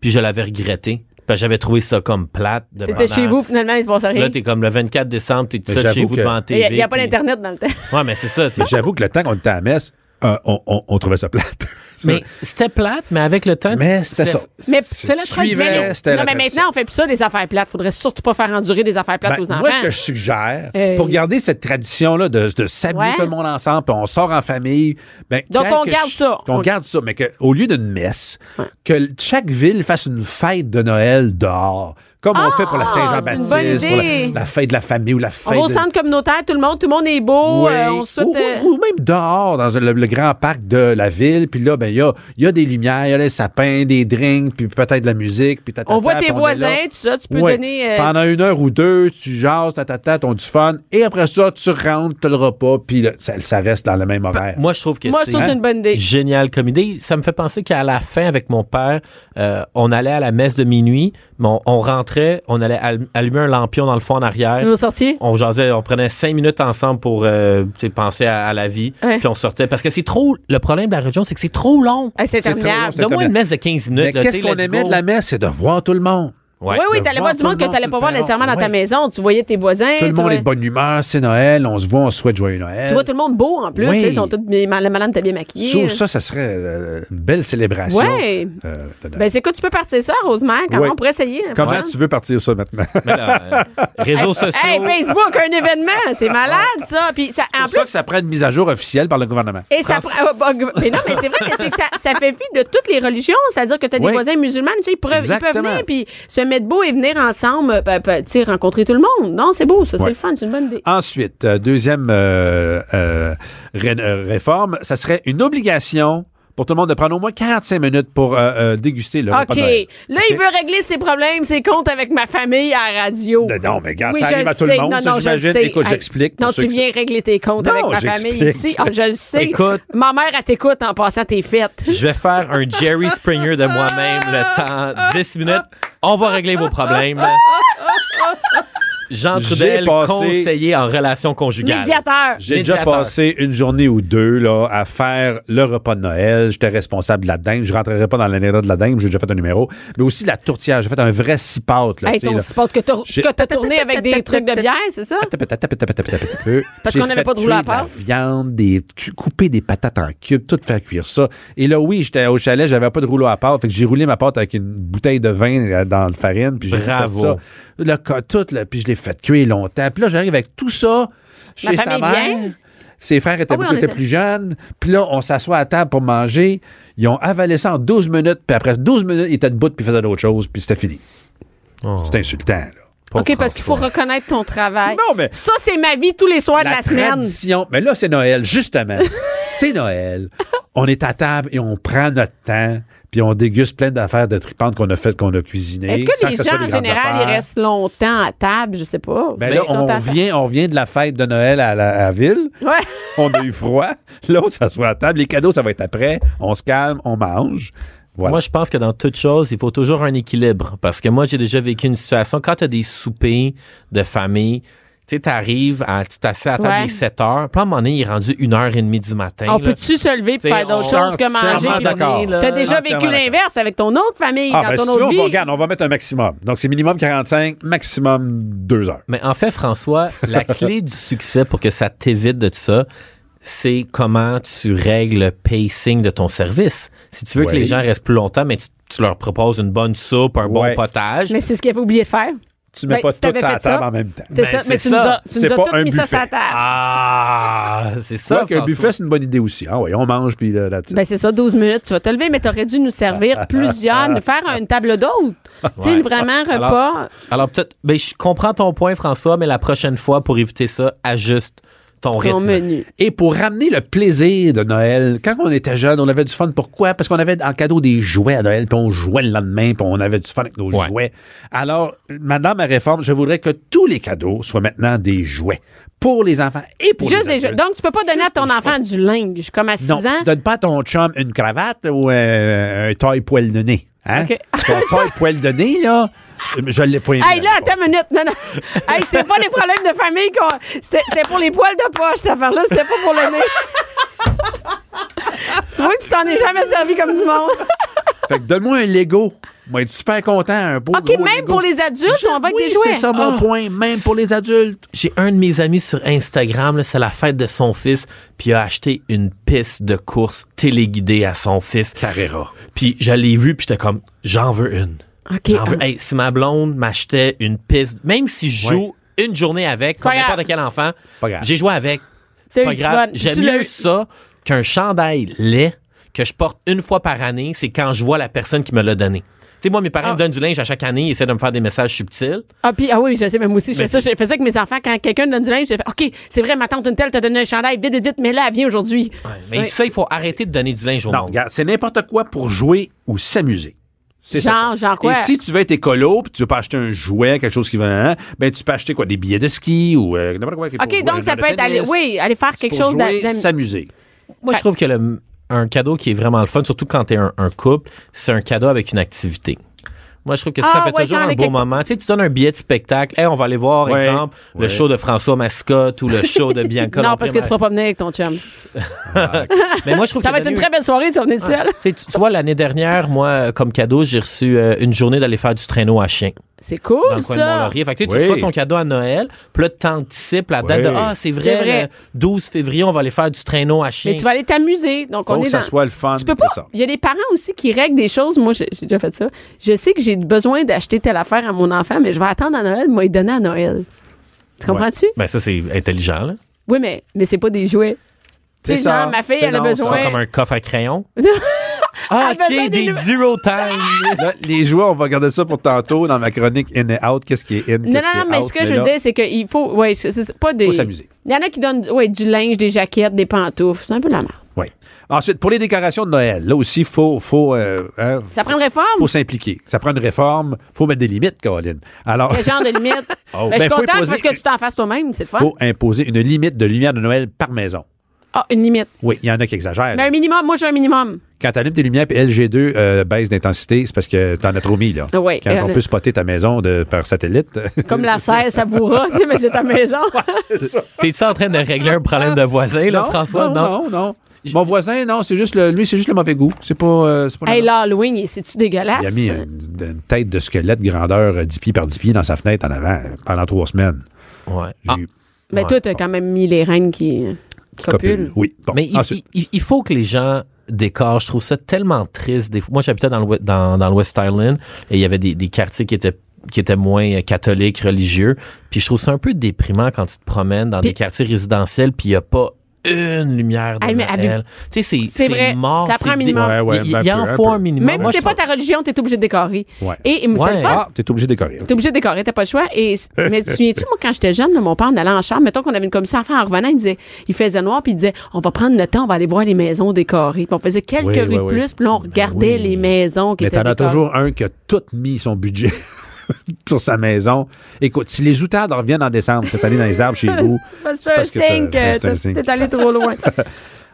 Speaker 5: Puis je l'avais regretté. Parce que j'avais trouvé ça comme plate. de
Speaker 3: T'étais
Speaker 5: pendant-
Speaker 3: chez vous, finalement, il se passe rien.
Speaker 5: Là, t'es comme le 24 décembre, t'es tout
Speaker 4: Mais
Speaker 5: seul chez
Speaker 4: j'avoue
Speaker 5: vous
Speaker 4: que-
Speaker 5: devant la TV.
Speaker 3: Il n'y a, pas
Speaker 5: puis-
Speaker 3: d'Internet dans le temps.
Speaker 5: Ouais, mais c'est ça. t'es-
Speaker 4: Mais J'avoue que le temps qu'on était à la messe, euh, on, on- on trouvait ça plate.
Speaker 5: mais c'était plate, mais avec le temps.
Speaker 4: Mais c'était ça.
Speaker 3: Mais
Speaker 5: c'est la
Speaker 4: Suivais,
Speaker 5: tradition.
Speaker 4: c'était
Speaker 3: non,
Speaker 4: la
Speaker 3: mais
Speaker 4: tradition.
Speaker 3: maintenant, on fait plus ça des affaires plates. Faudrait surtout pas faire endurer des affaires plates
Speaker 4: Ben,
Speaker 3: aux enfants.
Speaker 4: Moi, ce que je suggère,
Speaker 3: Hey.
Speaker 4: pour garder cette tradition-là de, de s'habiller
Speaker 3: Ouais.
Speaker 4: tout le monde ensemble, puis on sort en famille. ben,
Speaker 3: Donc,
Speaker 4: quand
Speaker 3: on
Speaker 4: que
Speaker 3: garde
Speaker 4: je-
Speaker 3: ça.
Speaker 4: Qu'on
Speaker 3: On-
Speaker 4: garde ça, mais qu'au lieu d'une messe, que l- chaque ville fasse une fête de Noël dehors. Comme on fait pour la
Speaker 3: Ah, c'est une bonne
Speaker 4: Saint-Jean-Baptiste, pour la,
Speaker 3: idée.
Speaker 4: la fête de la famille ou la fête
Speaker 3: On va au
Speaker 4: de-
Speaker 3: centre communautaire, tout le monde, tout le monde est beau.
Speaker 4: Ouais.
Speaker 3: euh, on se
Speaker 4: ou,
Speaker 3: souhaite, euh,
Speaker 4: ou- ou même dehors, dans le, le grand parc de la ville. Puis là, ben il y a, il y a des lumières, il y a des sapins, des drinks, puis peut-être de la musique. Puis tatata,
Speaker 3: on voit
Speaker 4: puis
Speaker 3: tes
Speaker 4: est là.
Speaker 3: voisins, tout ça. Tu peux
Speaker 4: Ouais.
Speaker 3: donner. euh,
Speaker 4: Pendant une heure ou deux, tu jases, ta, ta, ta, t'as du fun. Et après ça, tu rentres, t'as le repas, puis là, ça, ça reste dans le même horaire.
Speaker 5: Moi, je trouve que
Speaker 3: Moi, je
Speaker 5: c'est
Speaker 3: trouve que c'est une bonne idée.
Speaker 5: génial comme idée. Ça me fait penser qu'à la fin, avec mon père, euh, on allait à la messe de minuit, mais on, on rentrait, on allait al- allumer un lampion dans le fond en arrière.
Speaker 3: Nos sorties.
Speaker 5: on jasait, on prenait cinq minutes ensemble pour euh, tu sais, penser à, à la vie,
Speaker 3: Ouais.
Speaker 5: puis on sortait. Parce que c'est trop. Le problème de la religion, c'est que c'est trop long.
Speaker 3: Ah, c'est
Speaker 4: trop
Speaker 3: interminable.
Speaker 4: long,
Speaker 5: Donne-moi une messe de 15 minutes.
Speaker 4: Mais
Speaker 5: là,
Speaker 4: qu'est-ce
Speaker 5: tu sais,
Speaker 4: qu'on
Speaker 5: let's
Speaker 4: aimait
Speaker 5: go.
Speaker 4: de la messe? C'est de voir tout le monde.
Speaker 5: Ouais.
Speaker 3: oui, oui,
Speaker 4: de
Speaker 3: t'allais
Speaker 4: voir
Speaker 3: voir du
Speaker 4: tout
Speaker 3: monde
Speaker 4: le
Speaker 3: que
Speaker 4: monde
Speaker 3: t'allais
Speaker 4: sur
Speaker 3: pas
Speaker 4: le
Speaker 3: voir
Speaker 4: perron.
Speaker 3: nécessairement dans ta
Speaker 4: Ouais.
Speaker 3: maison. Tu voyais tes voisins.
Speaker 4: Tout le
Speaker 3: tu
Speaker 4: monde est
Speaker 3: voyais-
Speaker 4: de bonne humeur, c'est Noël, on se voit, on se souhaite joyeux Noël.
Speaker 3: Eh, Tu vois tout le monde beau en plus.
Speaker 4: Oui.
Speaker 3: tu sais, Ils sont tous bien- la madame t'as bien
Speaker 4: Je
Speaker 3: maquillée. hein.
Speaker 4: trouve ça, ça serait euh, une belle célébration.
Speaker 3: Ouais.
Speaker 4: euh, de Noël.
Speaker 3: Ben c'est quoi, tu peux partir ça, Rosemère? Comment
Speaker 4: Ouais.
Speaker 3: on pourrait essayer? hein,
Speaker 4: Comment
Speaker 3: Jean?
Speaker 4: tu veux partir ça maintenant?
Speaker 3: Ben,
Speaker 5: Mais là, euh, réseaux sociaux.
Speaker 3: Hey, Facebook, un événement, c'est malade ça. Puis ça, en
Speaker 4: C'est pour ça
Speaker 3: plus,
Speaker 4: que ça prend une mise à jour officielle par le gouvernement.
Speaker 3: Et ça prend- ah, bah, bah, mais non, mais c'est vrai que, c'est que ça, ça fait fi de toutes les religions. C'est-à-dire que tu as des
Speaker 4: Oui.
Speaker 3: voisins musulmans, tu sais, ils, peuvent- ils peuvent
Speaker 4: Exactement.
Speaker 3: venir puis se mettre beau et venir ensemble, euh, pa- pa- tu sais, rencontrer tout le monde. Non, c'est beau, ça, c'est
Speaker 4: Ouais.
Speaker 3: le fun, c'est une bonne idée.
Speaker 4: Ensuite, euh, deuxième euh, euh, ré- euh, réforme, ça serait une obligation pour tout le monde de prendre au moins 45 minutes pour euh, euh, déguster le
Speaker 3: OK.
Speaker 4: repas de
Speaker 3: Là,
Speaker 4: Noël.
Speaker 3: il veut régler ses problèmes, ses comptes avec ma famille à la radio.
Speaker 4: Ben non, mais regarde,
Speaker 3: Oui,
Speaker 4: ça
Speaker 3: je
Speaker 4: arrive à tout
Speaker 3: sais.
Speaker 4: le monde,
Speaker 3: Non, non,
Speaker 4: ça,
Speaker 3: je le
Speaker 4: j'imagine.
Speaker 3: sais.
Speaker 4: Écoute,
Speaker 3: Hey,
Speaker 4: j'explique pour
Speaker 3: Non,
Speaker 4: ceux
Speaker 3: tu
Speaker 4: qui-
Speaker 3: viens régler tes comptes
Speaker 4: Non,
Speaker 3: avec ma
Speaker 4: j'explique.
Speaker 3: famille ici. Ah, je le sais.
Speaker 5: Écoute.
Speaker 3: Ma mère, elle t'écoute en passant tes fêtes.
Speaker 5: Je vais faire un Jerry Springer de moi-même le temps 10 minutes. On va régler vos problèmes. Jean Trudel,
Speaker 4: J'ai passé-
Speaker 5: conseiller en relations conjugales.
Speaker 3: Médiateur.
Speaker 4: J'ai déjà
Speaker 5: Médiateur.
Speaker 4: passé une journée ou deux là, à faire le repas de Noël. J'étais responsable de la dinde. Je rentrerai pas dans l'année de la dinde, j'ai déjà fait un numéro. Mais aussi de la tourtière. J'ai fait un vrai cipote. Là,
Speaker 3: Hey,
Speaker 4: tu sais,
Speaker 3: ton
Speaker 4: là.
Speaker 3: support que t'as
Speaker 4: J'ai-
Speaker 3: que t'as tourné avec des trucs de bière, c'est ça?
Speaker 4: Ah, Tape, tape, tape, tape, tape, tape, tape, peu.
Speaker 3: Parce
Speaker 4: J'ai
Speaker 3: qu'on n'avait
Speaker 4: fait
Speaker 3: pas de rouleau à
Speaker 4: cuire
Speaker 3: pâte.
Speaker 4: la viande, des, cu- couper des patates en cubes, tout faire cuire ça. Et là, oui, j'étais au chalet, j'avais pas de rouleau à pâte. Fait que j'ai roulé ma pâte avec une bouteille de vin euh, dans la farine, puis j'ai fait
Speaker 5: Bravo.
Speaker 4: ça. Le, co- tout, là, puis je l'ai fait cuire longtemps. Puis là, j'arrive avec tout ça chez sa
Speaker 3: famille
Speaker 4: mère.
Speaker 3: bien?
Speaker 4: Ses frères étaient
Speaker 3: Ah oui,
Speaker 4: beaucoup
Speaker 3: on
Speaker 4: étaient
Speaker 3: était-
Speaker 4: plus jeunes. Puis là, on s'assoit à table pour manger. Ils ont avalé ça en 12 minutes. Puis après 12 minutes, ils étaient debout puis ils faisaient d'autres choses. Puis c'était fini. C'était insultant, là.
Speaker 3: OK, parce qu'il faut reconnaître ton travail.
Speaker 4: Non, mais-
Speaker 3: Ça, c'est ma vie tous les soirs de la semaine.
Speaker 4: tradition. Mais là, c'est Noël, justement. c'est Noël. On est à table et on prend notre temps, puis on déguste plein d'affaires de tripantes qu'on a faites, qu'on a cuisinées.
Speaker 3: Est-ce que
Speaker 4: sans
Speaker 3: les
Speaker 4: ce soit
Speaker 3: gens,
Speaker 4: des
Speaker 3: en
Speaker 4: grandes
Speaker 3: général, ils
Speaker 4: affaires.
Speaker 3: restent longtemps à table? Je sais pas.
Speaker 4: Ben
Speaker 3: Mais
Speaker 4: là,
Speaker 3: ils sont
Speaker 4: on
Speaker 3: à-
Speaker 4: revient, on revient de la fête de Noël à la, à la ville.
Speaker 3: Ouais.
Speaker 4: on a eu froid. Là, on s'assoit à table. Les cadeaux, ça va être après. On se calme, on mange. Voilà.
Speaker 5: Moi, je pense que dans toute chose, il faut toujours un équilibre. Parce que moi, j'ai déjà vécu une situation, quand tu as des soupers de famille, tu sais, t'arrives, à- tu t'assieds à la table
Speaker 3: Ouais.
Speaker 5: il est 7 heures, puis à un moment donné, il est rendu 1h30 du matin.
Speaker 3: On
Speaker 5: là.
Speaker 3: peut-tu se lever et
Speaker 5: T'sais,
Speaker 3: faire d'autres
Speaker 5: on-
Speaker 3: choses que manger?
Speaker 5: entièrement
Speaker 3: puis on-
Speaker 5: d'accord.
Speaker 3: T'as déjà
Speaker 4: Entièrement
Speaker 3: vécu
Speaker 4: Euh, d'accord.
Speaker 3: l'inverse avec ton autre famille,
Speaker 4: Ah,
Speaker 3: dans
Speaker 4: ben,
Speaker 3: ton
Speaker 4: si
Speaker 3: autre
Speaker 4: on
Speaker 3: vie.
Speaker 4: va- regarde, on va mettre un maximum. Donc, c'est minimum 45, maximum 2 heures.
Speaker 5: Mais en fait, François, la clé du succès pour que ça t'évite de tout ça, c'est comment tu règles le pacing de ton service. Si tu veux que
Speaker 4: Ouais.
Speaker 5: les gens restent plus longtemps, mais tu, tu leur proposes une bonne soupe, un
Speaker 4: Ouais.
Speaker 5: bon potage.
Speaker 3: Mais c'est ce qu'il avait oublié de faire.
Speaker 4: Tu mets
Speaker 3: Ben,
Speaker 4: pas
Speaker 3: si
Speaker 4: tout
Speaker 3: t'avais
Speaker 4: ça à
Speaker 3: fait
Speaker 4: la
Speaker 3: ça,
Speaker 4: table en même temps.
Speaker 3: C'est
Speaker 5: Ben,
Speaker 3: ça, mais tu
Speaker 5: c'est
Speaker 3: nous
Speaker 5: ça.
Speaker 3: as, tu nous
Speaker 4: C'est
Speaker 3: as
Speaker 4: pas
Speaker 3: tout
Speaker 4: un
Speaker 3: mis ça sur la
Speaker 4: buffet.
Speaker 3: table.
Speaker 5: Ah, c'est ça.
Speaker 4: Ouais, qu'un
Speaker 5: François.
Speaker 4: buffet, c'est une bonne idée aussi. Ah oui, on mange, puis là, là-dessus.
Speaker 3: Ben c'est ça, 12 minutes, tu vas te lever, mais t'aurais dû nous servir plusieurs, nous faire une table d'hôtes. Tu sais,
Speaker 5: Ouais.
Speaker 3: vraiment
Speaker 5: Alors-
Speaker 3: repas.
Speaker 5: Alors peut-être, ben, je comprends ton point, François, mais la prochaine fois, pour éviter ça, ajuste ton rythme.
Speaker 3: Ton menu.
Speaker 4: Et pour ramener le plaisir de Noël, quand on était jeune, on avait du fun. Pourquoi? Parce qu'on avait en cadeau des jouets à Noël, puis on jouait le lendemain, puis on avait du fun avec nos
Speaker 5: Ouais.
Speaker 4: jouets. Alors, madame ma réforme, je voudrais que tous les cadeaux soient maintenant des jouets. Pour les enfants et pour
Speaker 3: Juste
Speaker 4: les
Speaker 3: des jeux.
Speaker 4: adultes.
Speaker 3: Donc, tu peux pas donner à
Speaker 4: Juste
Speaker 3: ton
Speaker 4: des
Speaker 3: enfant du linge, comme à 6
Speaker 4: Non,
Speaker 3: ans.
Speaker 4: tu donnes pas à ton chum une cravate ou euh, un taille poil de nez. Hein?
Speaker 3: OK.
Speaker 4: Ton taille poil de nez, là, je l'ai pas aimé.
Speaker 3: Hey, là,
Speaker 4: la
Speaker 3: attends
Speaker 4: fois.
Speaker 3: une minute. Non, non. Hey, c'est pas des problèmes de famille qu'on. C'était c'était pour les poils de poche, cette affaire-là. C'était pas pour le nez. tu vois que tu t'en es jamais servi comme du monde.
Speaker 4: Fait que donne-moi un Lego. Moi, être super content, un beau
Speaker 3: OK,
Speaker 4: gros
Speaker 3: même
Speaker 4: Lego.
Speaker 3: pour les adultes, on va avec
Speaker 4: oui,
Speaker 3: des jouets.
Speaker 4: c'est ça mon point. Même pour les adultes.
Speaker 5: J'ai un de mes amis sur Instagram, là, c'est la fête de son fils, puis il a acheté une piste de course téléguidée à son fils.
Speaker 4: Carrera.
Speaker 5: Puis je l'ai vu, puis j'étais comme, j'en veux une.
Speaker 3: OK. ah.
Speaker 5: J'en veux- Hey, si ma blonde m'achetait une piste, même si je joue une journée avec, comme
Speaker 3: pas
Speaker 5: n'importe
Speaker 3: grave.
Speaker 5: quel enfant,
Speaker 4: Pas grave.
Speaker 5: j'ai joué avec.
Speaker 3: C'est
Speaker 5: Pas
Speaker 3: une
Speaker 5: grave.
Speaker 3: petite bonne.
Speaker 5: J'aime
Speaker 3: Tu l'as
Speaker 5: mieux
Speaker 3: eu.
Speaker 5: ça qu'un chandail laid que je porte une fois par année, c'est quand je vois la personne qui me l'a donné. Tu sais, moi, mes parents
Speaker 3: Ah.
Speaker 5: me donnent du linge à chaque année, ils essaient de me faire des messages subtils.
Speaker 3: Ah, puis, ah oui, je sais, mais moi aussi, je fais
Speaker 5: Mais
Speaker 3: ça. Je fais ça avec mes enfants. Quand quelqu'un me donne du linge, je fais OK, c'est vrai, ma tante, une telle t'a donné un chandail. Vite, vite, vite, mais là, elle vient aujourd'hui.
Speaker 5: Mais
Speaker 3: Ouais.
Speaker 5: ça, il faut arrêter de donner du linge au
Speaker 4: Non,
Speaker 5: monde.
Speaker 4: regarde, c'est n'importe quoi pour jouer ou s'amuser. C'est
Speaker 3: Genre, genre quoi?
Speaker 4: Et si tu veux être écolo, puis tu veux pas acheter un jouet, quelque chose qui va, hein, ben tu peux acheter quoi, des billets de ski ou euh, n'importe quoi. qui est pour
Speaker 3: OK,
Speaker 4: jouer,
Speaker 3: donc ça
Speaker 4: le
Speaker 3: peut être aller,
Speaker 4: tennis.
Speaker 3: oui, aller faire quelque
Speaker 4: Pour
Speaker 3: chose d'a-
Speaker 4: jouer,
Speaker 3: d'am-
Speaker 4: s'amuser.
Speaker 5: Moi, je trouve que le- un cadeau qui est vraiment le fun, surtout quand t'es un, un couple, c'est un cadeau avec une activité. Moi, je trouve que ça,
Speaker 3: Ah,
Speaker 5: ça fait
Speaker 3: ouais,
Speaker 5: toujours
Speaker 3: genre
Speaker 5: un
Speaker 3: avec
Speaker 5: beau
Speaker 3: quelque-
Speaker 5: moment. Tu sais, tu donnes un billet de spectacle. Hey, on va aller voir,
Speaker 4: Ouais,
Speaker 5: exemple,
Speaker 4: ouais.
Speaker 5: le show de François Mascotte ou le show de Bianca.
Speaker 3: Non, parce que tu
Speaker 5: Lompré-
Speaker 3: pourras pas venir avec ton chum.
Speaker 4: Ah,
Speaker 5: Mais moi, je trouve
Speaker 3: Ça
Speaker 5: que
Speaker 3: va être une
Speaker 5: donner-
Speaker 3: très belle soirée, tu vas venir tout seul.
Speaker 5: Tu sais, tu- tu vois, l'année dernière, moi, euh, comme cadeau, j'ai reçu euh, une journée d'aller faire du traîneau à chien
Speaker 3: C'est
Speaker 4: Ben,
Speaker 5: dans
Speaker 3: cool,
Speaker 5: le coin de
Speaker 3: ça.
Speaker 5: Mont-Laurier. Fait que tu sais,
Speaker 4: Oui.
Speaker 5: tu reçois ton cadeau à Noël, puis là, t'anticipes la date
Speaker 4: Oui.
Speaker 5: de « Ah, c'est vrai,
Speaker 3: C'est vrai.
Speaker 5: le 12 février, on va aller faire du traîneau à chien.
Speaker 3: Mais » tu vas aller t'amuser. Donc,
Speaker 4: Faut
Speaker 3: on
Speaker 4: que
Speaker 3: est
Speaker 4: ça
Speaker 3: dans-
Speaker 4: soit le fun.
Speaker 3: Tu peux pas.
Speaker 4: c'est ça.
Speaker 3: Il y a des parents aussi qui règlent des choses. Moi, j'ai j'ai déjà fait ça. Je sais que j'ai besoin d'acheter telle affaire à mon enfant, mais je vais attendre à Noël, moi, il donner à Noël. Tu comprends-tu?
Speaker 5: Ben ça, c'est intelligent, là.
Speaker 3: Oui, mais, mais c'est pas des jouets. Tu sais,
Speaker 4: C'est ça.
Speaker 3: genre, ma fille,
Speaker 4: C'est
Speaker 3: elle a
Speaker 4: non, ça.
Speaker 5: C'est
Speaker 3: besoin.
Speaker 5: pas comme un coffre à crayon. ah,
Speaker 3: Elle a besoin
Speaker 5: tiens,
Speaker 3: des
Speaker 5: des
Speaker 3: nouvelles-
Speaker 5: Zero Time!
Speaker 4: Là, les jouets, on va garder ça pour tantôt dans ma chronique In et Out. Qu'est-ce qui est in?
Speaker 3: Non, non, non, mais ce que je veux dire, c'est qu'il faut. Ouais, c'est c'est pas des.
Speaker 4: Faut s'amuser.
Speaker 3: Il y en a qui donnent ouais, du linge, des jaquettes, des pantoufles. C'est un peu la merde.
Speaker 4: Oui. Ensuite, pour les décorations de Noël, là aussi, il faut, faut, euh, hein,
Speaker 3: Ça prend une réforme?
Speaker 4: faut s'impliquer. Ça prend une réforme. faut mettre des limites, Caroline. Alors,
Speaker 3: Quel genre de limite?
Speaker 4: Oh.
Speaker 3: Ben, je suis
Speaker 4: Ben, faut
Speaker 3: contente
Speaker 4: imposer-
Speaker 3: parce que tu t'en fasses toi-même, c'est le fun.
Speaker 4: faut imposer une limite de lumière de Noël par maison.
Speaker 3: Ah, une limite.
Speaker 4: Oui, il y en a qui exagèrent.
Speaker 3: Mais un minimum, moi j'ai un minimum.
Speaker 4: Quand t'allumes tes lumières puis LG2 euh, baisse d'intensité, c'est parce que t'en as trop mis, là.
Speaker 3: Oui,
Speaker 4: Quand
Speaker 3: euh,
Speaker 4: on peut spotter ta maison de, par satellite.
Speaker 3: Comme la serre, ça bourra, tu sais, mais c'est ta maison.
Speaker 5: T'es-tu en train de régler un problème de voisin, là, François?
Speaker 4: Non, non, non. Mon voisin, non, c'est juste le, lui, c'est juste le mauvais goût. C'est pas. euh, c'est pas
Speaker 3: hey,
Speaker 4: le-
Speaker 3: l'Halloween, il- c'est-tu dégueulasse?
Speaker 4: Il a mis une, une tête de squelette grandeur euh, 10 pieds par 10 pieds dans sa fenêtre en avant euh, pendant trois semaines.
Speaker 5: Ouais.
Speaker 4: J'ai
Speaker 5: Ah,
Speaker 4: eu-
Speaker 3: Mais toi, t'as quand même mis les reines qui, qui
Speaker 4: Copule.
Speaker 3: copulent.
Speaker 4: Oui. Bon,
Speaker 5: mais il,
Speaker 4: ensuite,
Speaker 5: il- il faut que les gens décorent. Je trouve ça tellement triste. Des fois- Moi, j'habitais dans le, we- dans, dans le West Island et il y avait des, des quartiers qui étaient qui étaient moins euh, catholiques, religieux. Puis je trouve ça un peu déprimant quand tu te promènes dans
Speaker 3: Puis-
Speaker 5: des quartiers résidentiels puis il n'y a pas une lumière de
Speaker 3: Hey, mais
Speaker 5: Noël. Tu sais, c'est-
Speaker 3: C'est vrai,
Speaker 5: c'est mort.
Speaker 3: ça prend un
Speaker 5: c'est dé-
Speaker 3: minimum.
Speaker 4: Ouais, ouais,
Speaker 5: il il
Speaker 4: ben,
Speaker 5: y
Speaker 4: un peu,
Speaker 5: en faut
Speaker 4: un
Speaker 5: un
Speaker 4: peu.
Speaker 5: minimum.
Speaker 3: Même
Speaker 5: Moi,
Speaker 3: si
Speaker 5: je
Speaker 3: c'est pas ta religion, t'es obligé de décorer.
Speaker 4: Ouais.
Speaker 3: Et, et mais c'est le
Speaker 5: Ouais.
Speaker 3: fun.
Speaker 4: ah, t'es obligé de décorer.
Speaker 3: T'es obligé de décorer, t'as pas le choix. Et, mais tu te souviens-tu, moi, quand j'étais jeune, là, mon père, on allait en chambre. Mettons qu'on avait une commission à faire en revenant, il disait, il faisait noir, puis il disait, on va prendre le temps, on va aller voir les maisons décorées. Puis on faisait quelques
Speaker 4: Oui,
Speaker 3: rues
Speaker 4: oui,
Speaker 3: de
Speaker 4: oui. Ben
Speaker 3: plus, puis là, on regardait
Speaker 5: oui.
Speaker 3: les maisons qui
Speaker 4: Mais
Speaker 3: étaient
Speaker 4: t'en as
Speaker 3: décorées.
Speaker 4: toujours un qui a tout mis son budget sur sa maison. Écoute, si les outardes reviennent en décembre cette année dans les arbres chez vous,
Speaker 3: C'est un
Speaker 4: t'as-
Speaker 3: signe
Speaker 4: ouais,
Speaker 3: que
Speaker 4: c'est un signe.
Speaker 3: t'es- t'es allé trop loin.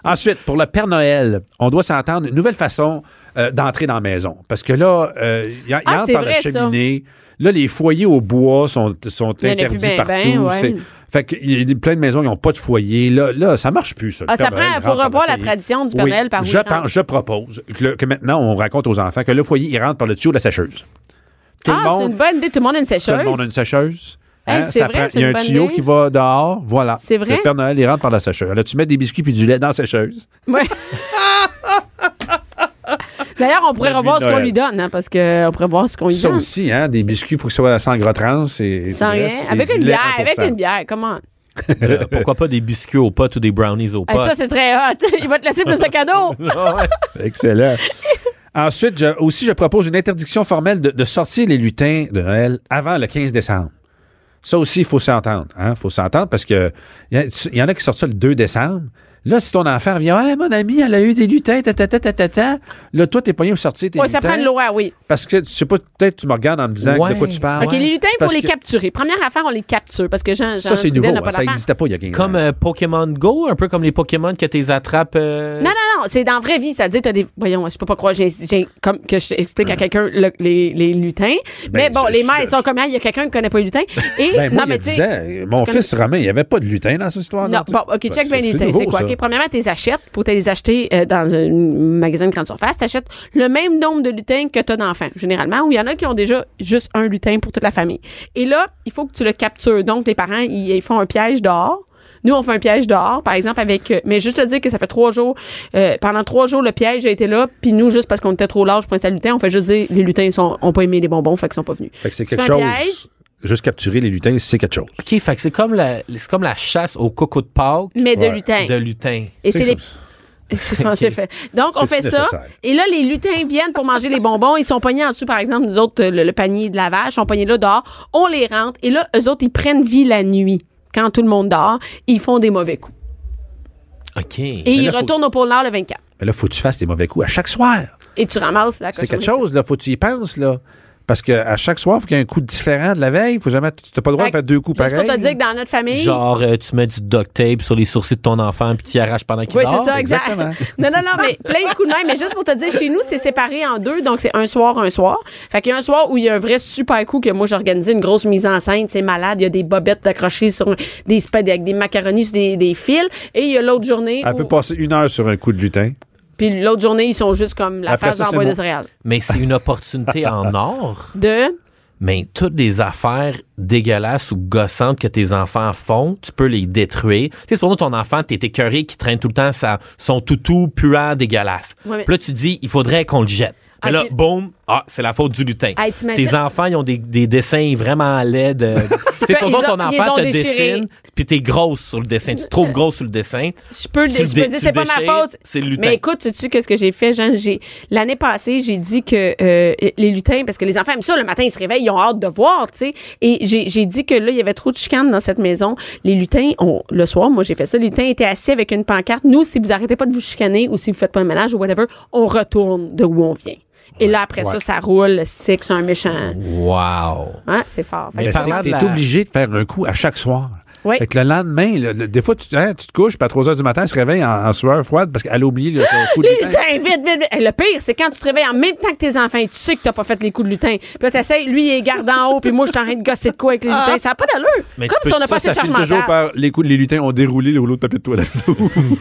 Speaker 4: Ensuite, pour le Père Noël, on doit s'entendre une nouvelle façon euh, d'entrer dans la maison. Parce que là, euh, il en- il
Speaker 3: Ah,
Speaker 4: entre
Speaker 3: c'est
Speaker 4: par la
Speaker 3: vrai, ça.
Speaker 4: cheminée. Là, les foyers au bois sont, sont
Speaker 3: Il y en a plus
Speaker 4: interdits
Speaker 3: ben, ben,
Speaker 4: partout.
Speaker 3: ouais.
Speaker 4: C'est- Fait qu'il y a des- plein de maisons qui n'ont pas de foyer. Là, là ça marche plus, ça. Le
Speaker 3: Ah,
Speaker 4: Père
Speaker 3: ça
Speaker 4: Noël
Speaker 3: prend-
Speaker 4: rentre
Speaker 3: faut
Speaker 4: par le
Speaker 3: revoir la
Speaker 4: foyer.
Speaker 3: tradition du Père
Speaker 4: Oui,
Speaker 3: Noël par où
Speaker 4: je,
Speaker 3: il rentre.
Speaker 4: pen- je propose que, le- que maintenant, on raconte aux enfants que le foyer, il rentre par le tuyau de la sécheuse. Tout le
Speaker 3: Ah, c'est
Speaker 4: monde-
Speaker 3: une bonne idée. Tout le monde a une
Speaker 4: tout le monde a
Speaker 3: sécheuse.
Speaker 4: une sécheuse. hein?
Speaker 3: Hey, c'est
Speaker 4: ça
Speaker 3: vrai,
Speaker 4: prend-
Speaker 3: c'est
Speaker 4: il y a
Speaker 3: une
Speaker 4: un
Speaker 3: bonne
Speaker 4: tuyau
Speaker 3: idée.
Speaker 4: qui va dehors, voilà.
Speaker 3: C'est vrai?
Speaker 4: Le Père Noël, il rentre par la sécheuse. Là, tu mets des biscuits puis du lait dans la sécheuse.
Speaker 3: Ouais. D'ailleurs, on pourrait
Speaker 4: Bonne
Speaker 3: revoir
Speaker 4: nuit
Speaker 3: ce
Speaker 4: de
Speaker 3: qu'on
Speaker 4: Noël.
Speaker 3: lui donne, hein, parce qu'on pourrait voir ce qu'on lui
Speaker 4: Ça
Speaker 3: donne.
Speaker 4: aussi, hein, des biscuits, il faut que ce soit sans gras trans et
Speaker 3: Sans
Speaker 4: du
Speaker 3: rien.
Speaker 4: reste, et
Speaker 3: Avec
Speaker 4: du
Speaker 3: une
Speaker 4: lait
Speaker 3: bière, avec
Speaker 4: 1%.
Speaker 3: une bière, comment?
Speaker 5: pense- euh, pourquoi pas des biscuits aux potes ou des brownies aux potes?
Speaker 3: Ah, Eh, ça, c'est très hot. Il va te laisser plus de cadeaux.
Speaker 5: Ah ouais.
Speaker 4: Excellent. Ensuite, je- aussi, je propose une interdiction formelle de, de sortir les lutins de Noël avant le 15 décembre. Ça aussi, il faut s'entendre. Il faut s'entendre parce que il y, a- il y en a qui sortent ça le 2 décembre. Là, si ton enfant vient, hey, mon ami, elle a eu des lutins, ta, ta, ta, ta, ta, ta. Là, toi, t'es pogné pour sortir tes
Speaker 3: Ouais,
Speaker 4: lutins.
Speaker 3: ça prend de loi, oui.
Speaker 4: Parce que, tu sais pas, peut-être tu me regardes en me disant
Speaker 5: Ouais.
Speaker 4: de quoi tu parles.
Speaker 3: OK, les lutins,
Speaker 4: C'est
Speaker 3: il
Speaker 4: parce
Speaker 3: faut les
Speaker 4: que-
Speaker 3: capturer. Première affaire, on les capture parce que Jean, Jean
Speaker 4: Ça, c'est
Speaker 3: Trudel
Speaker 4: nouveau.
Speaker 3: n'a pas
Speaker 4: hein, ça
Speaker 3: d'affaire.
Speaker 4: n'existait pas il y a 15
Speaker 5: Comme
Speaker 4: ans.
Speaker 5: euh, Pokémon Go, un peu comme les Pokémon que t'es attrapes. euh,
Speaker 3: Non, non, non, c'est dans la vraie vie. Ça veut dire, t'as des. Voyons, je peux pas croire j'ai, j'ai- comme que je t'explique à quelqu'un le- les, les lutins. mais bon,
Speaker 4: Ah. Ben, je-
Speaker 3: les
Speaker 4: je-
Speaker 3: mères, ils sont comme, Ah, il y a quelqu'un qui connaît pas les lutins. Et,
Speaker 4: Ben, moi,
Speaker 3: non,
Speaker 4: il y a
Speaker 3: mais tu
Speaker 4: 10
Speaker 3: sais.
Speaker 4: ans, mon
Speaker 3: connais-
Speaker 4: fils Romain, il n'y avait pas de lutin dans cette histoire.
Speaker 3: Non, bon, OK, check bien les lutins. C'est quoi? OK, premièrement, tu les achètes. Faut que les acheter euh, dans un magasin de grande surface. Tu achètes le même nombre de lutins que tu as d'enfants, généralement, où il y en a qui ont déjà juste un lutin pour toute la famille. Et là, il faut que tu le captures. Donc, les parents, ils, ils font un piège dehors. Nous, on fait un piège dehors, par exemple, avec... euh, Mais juste te dire que ça fait trois jours... euh, pendant trois jours, le piège a été là. Puis nous, juste parce qu'on était trop large pour installer le lutin, on fait juste dire, les lutins, ils sont, ont pas aimé les bonbons, fait qu'ils sont pas venus.
Speaker 4: Fait que c'est
Speaker 3: Tu
Speaker 4: quelque
Speaker 3: fais un
Speaker 4: chose.
Speaker 3: piège,
Speaker 4: Juste capturer les lutins, c'est quelque chose.
Speaker 5: OK, fait que c'est comme la, c'est comme la chasse au coco de Pâques
Speaker 3: mais de
Speaker 4: Ouais,
Speaker 3: lutins.
Speaker 5: de lutin.
Speaker 3: Et c'est
Speaker 4: C'est
Speaker 3: les C'est pas- c'est fait. Donc, on
Speaker 4: C'est
Speaker 3: fait ça.
Speaker 4: nécessaire.
Speaker 3: Et là, les lutins viennent pour manger les bonbons. Ils sont pognés en dessous, par exemple, nous autres, euh, le, le panier de lavage, sont pognés là dehors. On les rentre. Et là, eux autres, ils prennent vie la nuit. Quand tout le monde dort, ils font des mauvais coups.
Speaker 5: OK.
Speaker 3: Et ils
Speaker 4: là, faut-
Speaker 3: retournent au pôle Nord le 24.
Speaker 4: Mais là, faut que tu fasses des mauvais coups à chaque soir.
Speaker 3: Et tu ramasses la
Speaker 4: C'est quelque
Speaker 3: cochonnerie.
Speaker 4: chose, là. Faut que tu y penses, là. Parce qu'à chaque soir, il faut qu'il y ait un coup différent de la veille. Faut jamais, tu n'as pas le droit
Speaker 3: Fait
Speaker 4: de faire deux coups
Speaker 3: juste
Speaker 4: pareils.
Speaker 3: pour te dire que dans notre famille.
Speaker 5: Genre, euh, tu mets du duct tape sur les sourcils de ton enfant puis tu y arraches pendant qu'il
Speaker 3: oui,
Speaker 5: dort.
Speaker 3: c'est ça, exact.
Speaker 4: exactement.
Speaker 3: non, non, non, mais plein de coups de main. Mais juste pour te dire, chez nous, c'est séparé en deux. Donc, c'est un soir, un soir. Fait qu'il y a un soir où il y a un vrai super coup que moi, j'ai organisé une grosse mise en scène. C'est malade. Il y a des bobettes accrochées sur des spades avec des macaronis sur des, des fils. Et il y a l'autre journée.
Speaker 4: Elle
Speaker 3: où-
Speaker 4: peut passer une heure sur un coup de lutin.
Speaker 3: Puis l'autre journée, ils sont juste comme la
Speaker 4: Après
Speaker 3: face
Speaker 4: ça,
Speaker 3: en
Speaker 4: c'est
Speaker 3: bois de
Speaker 4: bon.
Speaker 3: céréales.
Speaker 5: Mais c'est une opportunité en or.
Speaker 3: De.
Speaker 5: Mais Ben, toutes les affaires dégueulasses ou gossantes que tes enfants font, tu peux les détruire. Tu sais, c'est pour nous, ton enfant, t'es écœuré qui traîne tout le temps sa, son toutou puant dégueulasse.
Speaker 3: Ouais, mais-
Speaker 5: Puis là, tu dis, il faudrait qu'on le jette. Mais
Speaker 3: Ah,
Speaker 5: là,
Speaker 3: puis-
Speaker 5: boum, ah, c'est la faute du lutin.
Speaker 3: Hey, t'imagines-
Speaker 5: Tes enfants, ils ont des, des dessins vraiment laids de, Tu sais,
Speaker 3: Ben, Ils
Speaker 5: tu vois
Speaker 3: ont-
Speaker 5: ton
Speaker 3: ils
Speaker 5: enfant
Speaker 3: ont
Speaker 5: te
Speaker 3: déchiré.
Speaker 5: dessine, puis t'es grosse sur le dessin. Tu te trouves grosse sur le dessin.
Speaker 3: Je peux,
Speaker 5: Tu
Speaker 3: je peux
Speaker 5: dé-
Speaker 3: dire,
Speaker 5: tu
Speaker 3: c'est pas ma
Speaker 5: déchires,
Speaker 3: faute.
Speaker 5: c'est le lutin.
Speaker 3: Mais écoute, sais-tu qu'est-ce que j'ai fait, Jean? J'ai, l'année passée, j'ai dit que euh, les lutins, parce que les enfants aiment ça, le matin, ils se réveillent, ils ont hâte de voir, tu sais. Et j'ai, j'ai dit que là, il y avait trop de chicanes dans cette maison. Les lutins, ont, le soir, moi, j'ai fait ça, les lutins étaient assis avec une pancarte. Nous, si vous arrêtez pas de vous chicaner ou si vous faites pas le ménage ou whatever, on retourne de où on vient. Et là, après ça, ça roule, c'est que c'est un méchant.
Speaker 5: Wow.
Speaker 3: Hein? C'est fort. Fait
Speaker 5: Mais
Speaker 3: que-
Speaker 5: parlant
Speaker 4: T'es
Speaker 5: de la-
Speaker 4: obligé de faire un coup à chaque soir.
Speaker 3: Oui.
Speaker 4: Fait que le lendemain, là, le- des fois, tu, hein, tu te couches, puis à 3 heures du matin, elle se réveille en, en sueur froide parce qu'elle a oublié le son coup de
Speaker 3: Les
Speaker 4: lutin.
Speaker 3: lutins, vite, vite, vite. Hey, le pire, c'est quand tu te réveilles en même temps que tes enfants et tu sais que t'as pas fait les coups de lutin. Puis là, t'essayes, lui, il est garde en haut, puis moi, je suis en train de gosser de quoi avec les lutins. Ça n'a pas d'allure.
Speaker 5: Mais
Speaker 3: Comme
Speaker 5: tu
Speaker 3: si on
Speaker 5: peux-
Speaker 3: n'a pas assez
Speaker 4: Ça,
Speaker 3: de
Speaker 4: ça
Speaker 3: charge
Speaker 4: finit toujours
Speaker 3: mentale.
Speaker 4: par les coups de les lutins ont déroulé le rouleau de papier de toilette.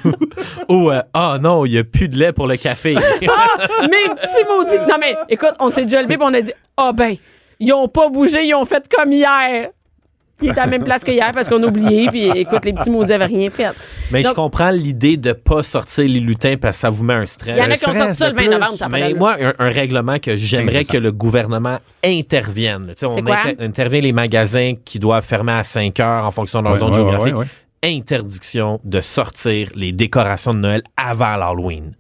Speaker 5: Ou, euh, ah non, il n'y a plus de lait pour le café.
Speaker 3: Ah, mes petits maudits. Non, mais écoute, on s'est déjà levé puis on a dit, ah ben, ils ont pas bougé, ils ont fait comme hier. Il est à la même place que hier parce qu'on a oublié, puis écoute, les petits maudits avaient rien fait.
Speaker 5: Mais je
Speaker 3: Donc-
Speaker 5: comprends l'idée de pas sortir les lutins parce que ça vous met un stress.
Speaker 3: Il y en
Speaker 4: le
Speaker 3: a qui ont
Speaker 4: stress
Speaker 3: sorti ça le
Speaker 4: de
Speaker 3: 20
Speaker 4: plus.
Speaker 3: novembre, ça a pas
Speaker 5: Mais
Speaker 3: d'allure.
Speaker 5: moi, un, un règlement que j'aimerais
Speaker 4: Intéressant.
Speaker 5: que le gouvernement intervienne. là. Tu sais, on
Speaker 3: C'est quoi?
Speaker 5: inter- intervient les magasins qui doivent fermer à 5 heures en fonction de leur
Speaker 4: Ouais,
Speaker 5: zone
Speaker 4: ouais,
Speaker 5: géographique.
Speaker 4: ouais,
Speaker 5: Interdiction de sortir les décorations de Noël avant l'Halloween.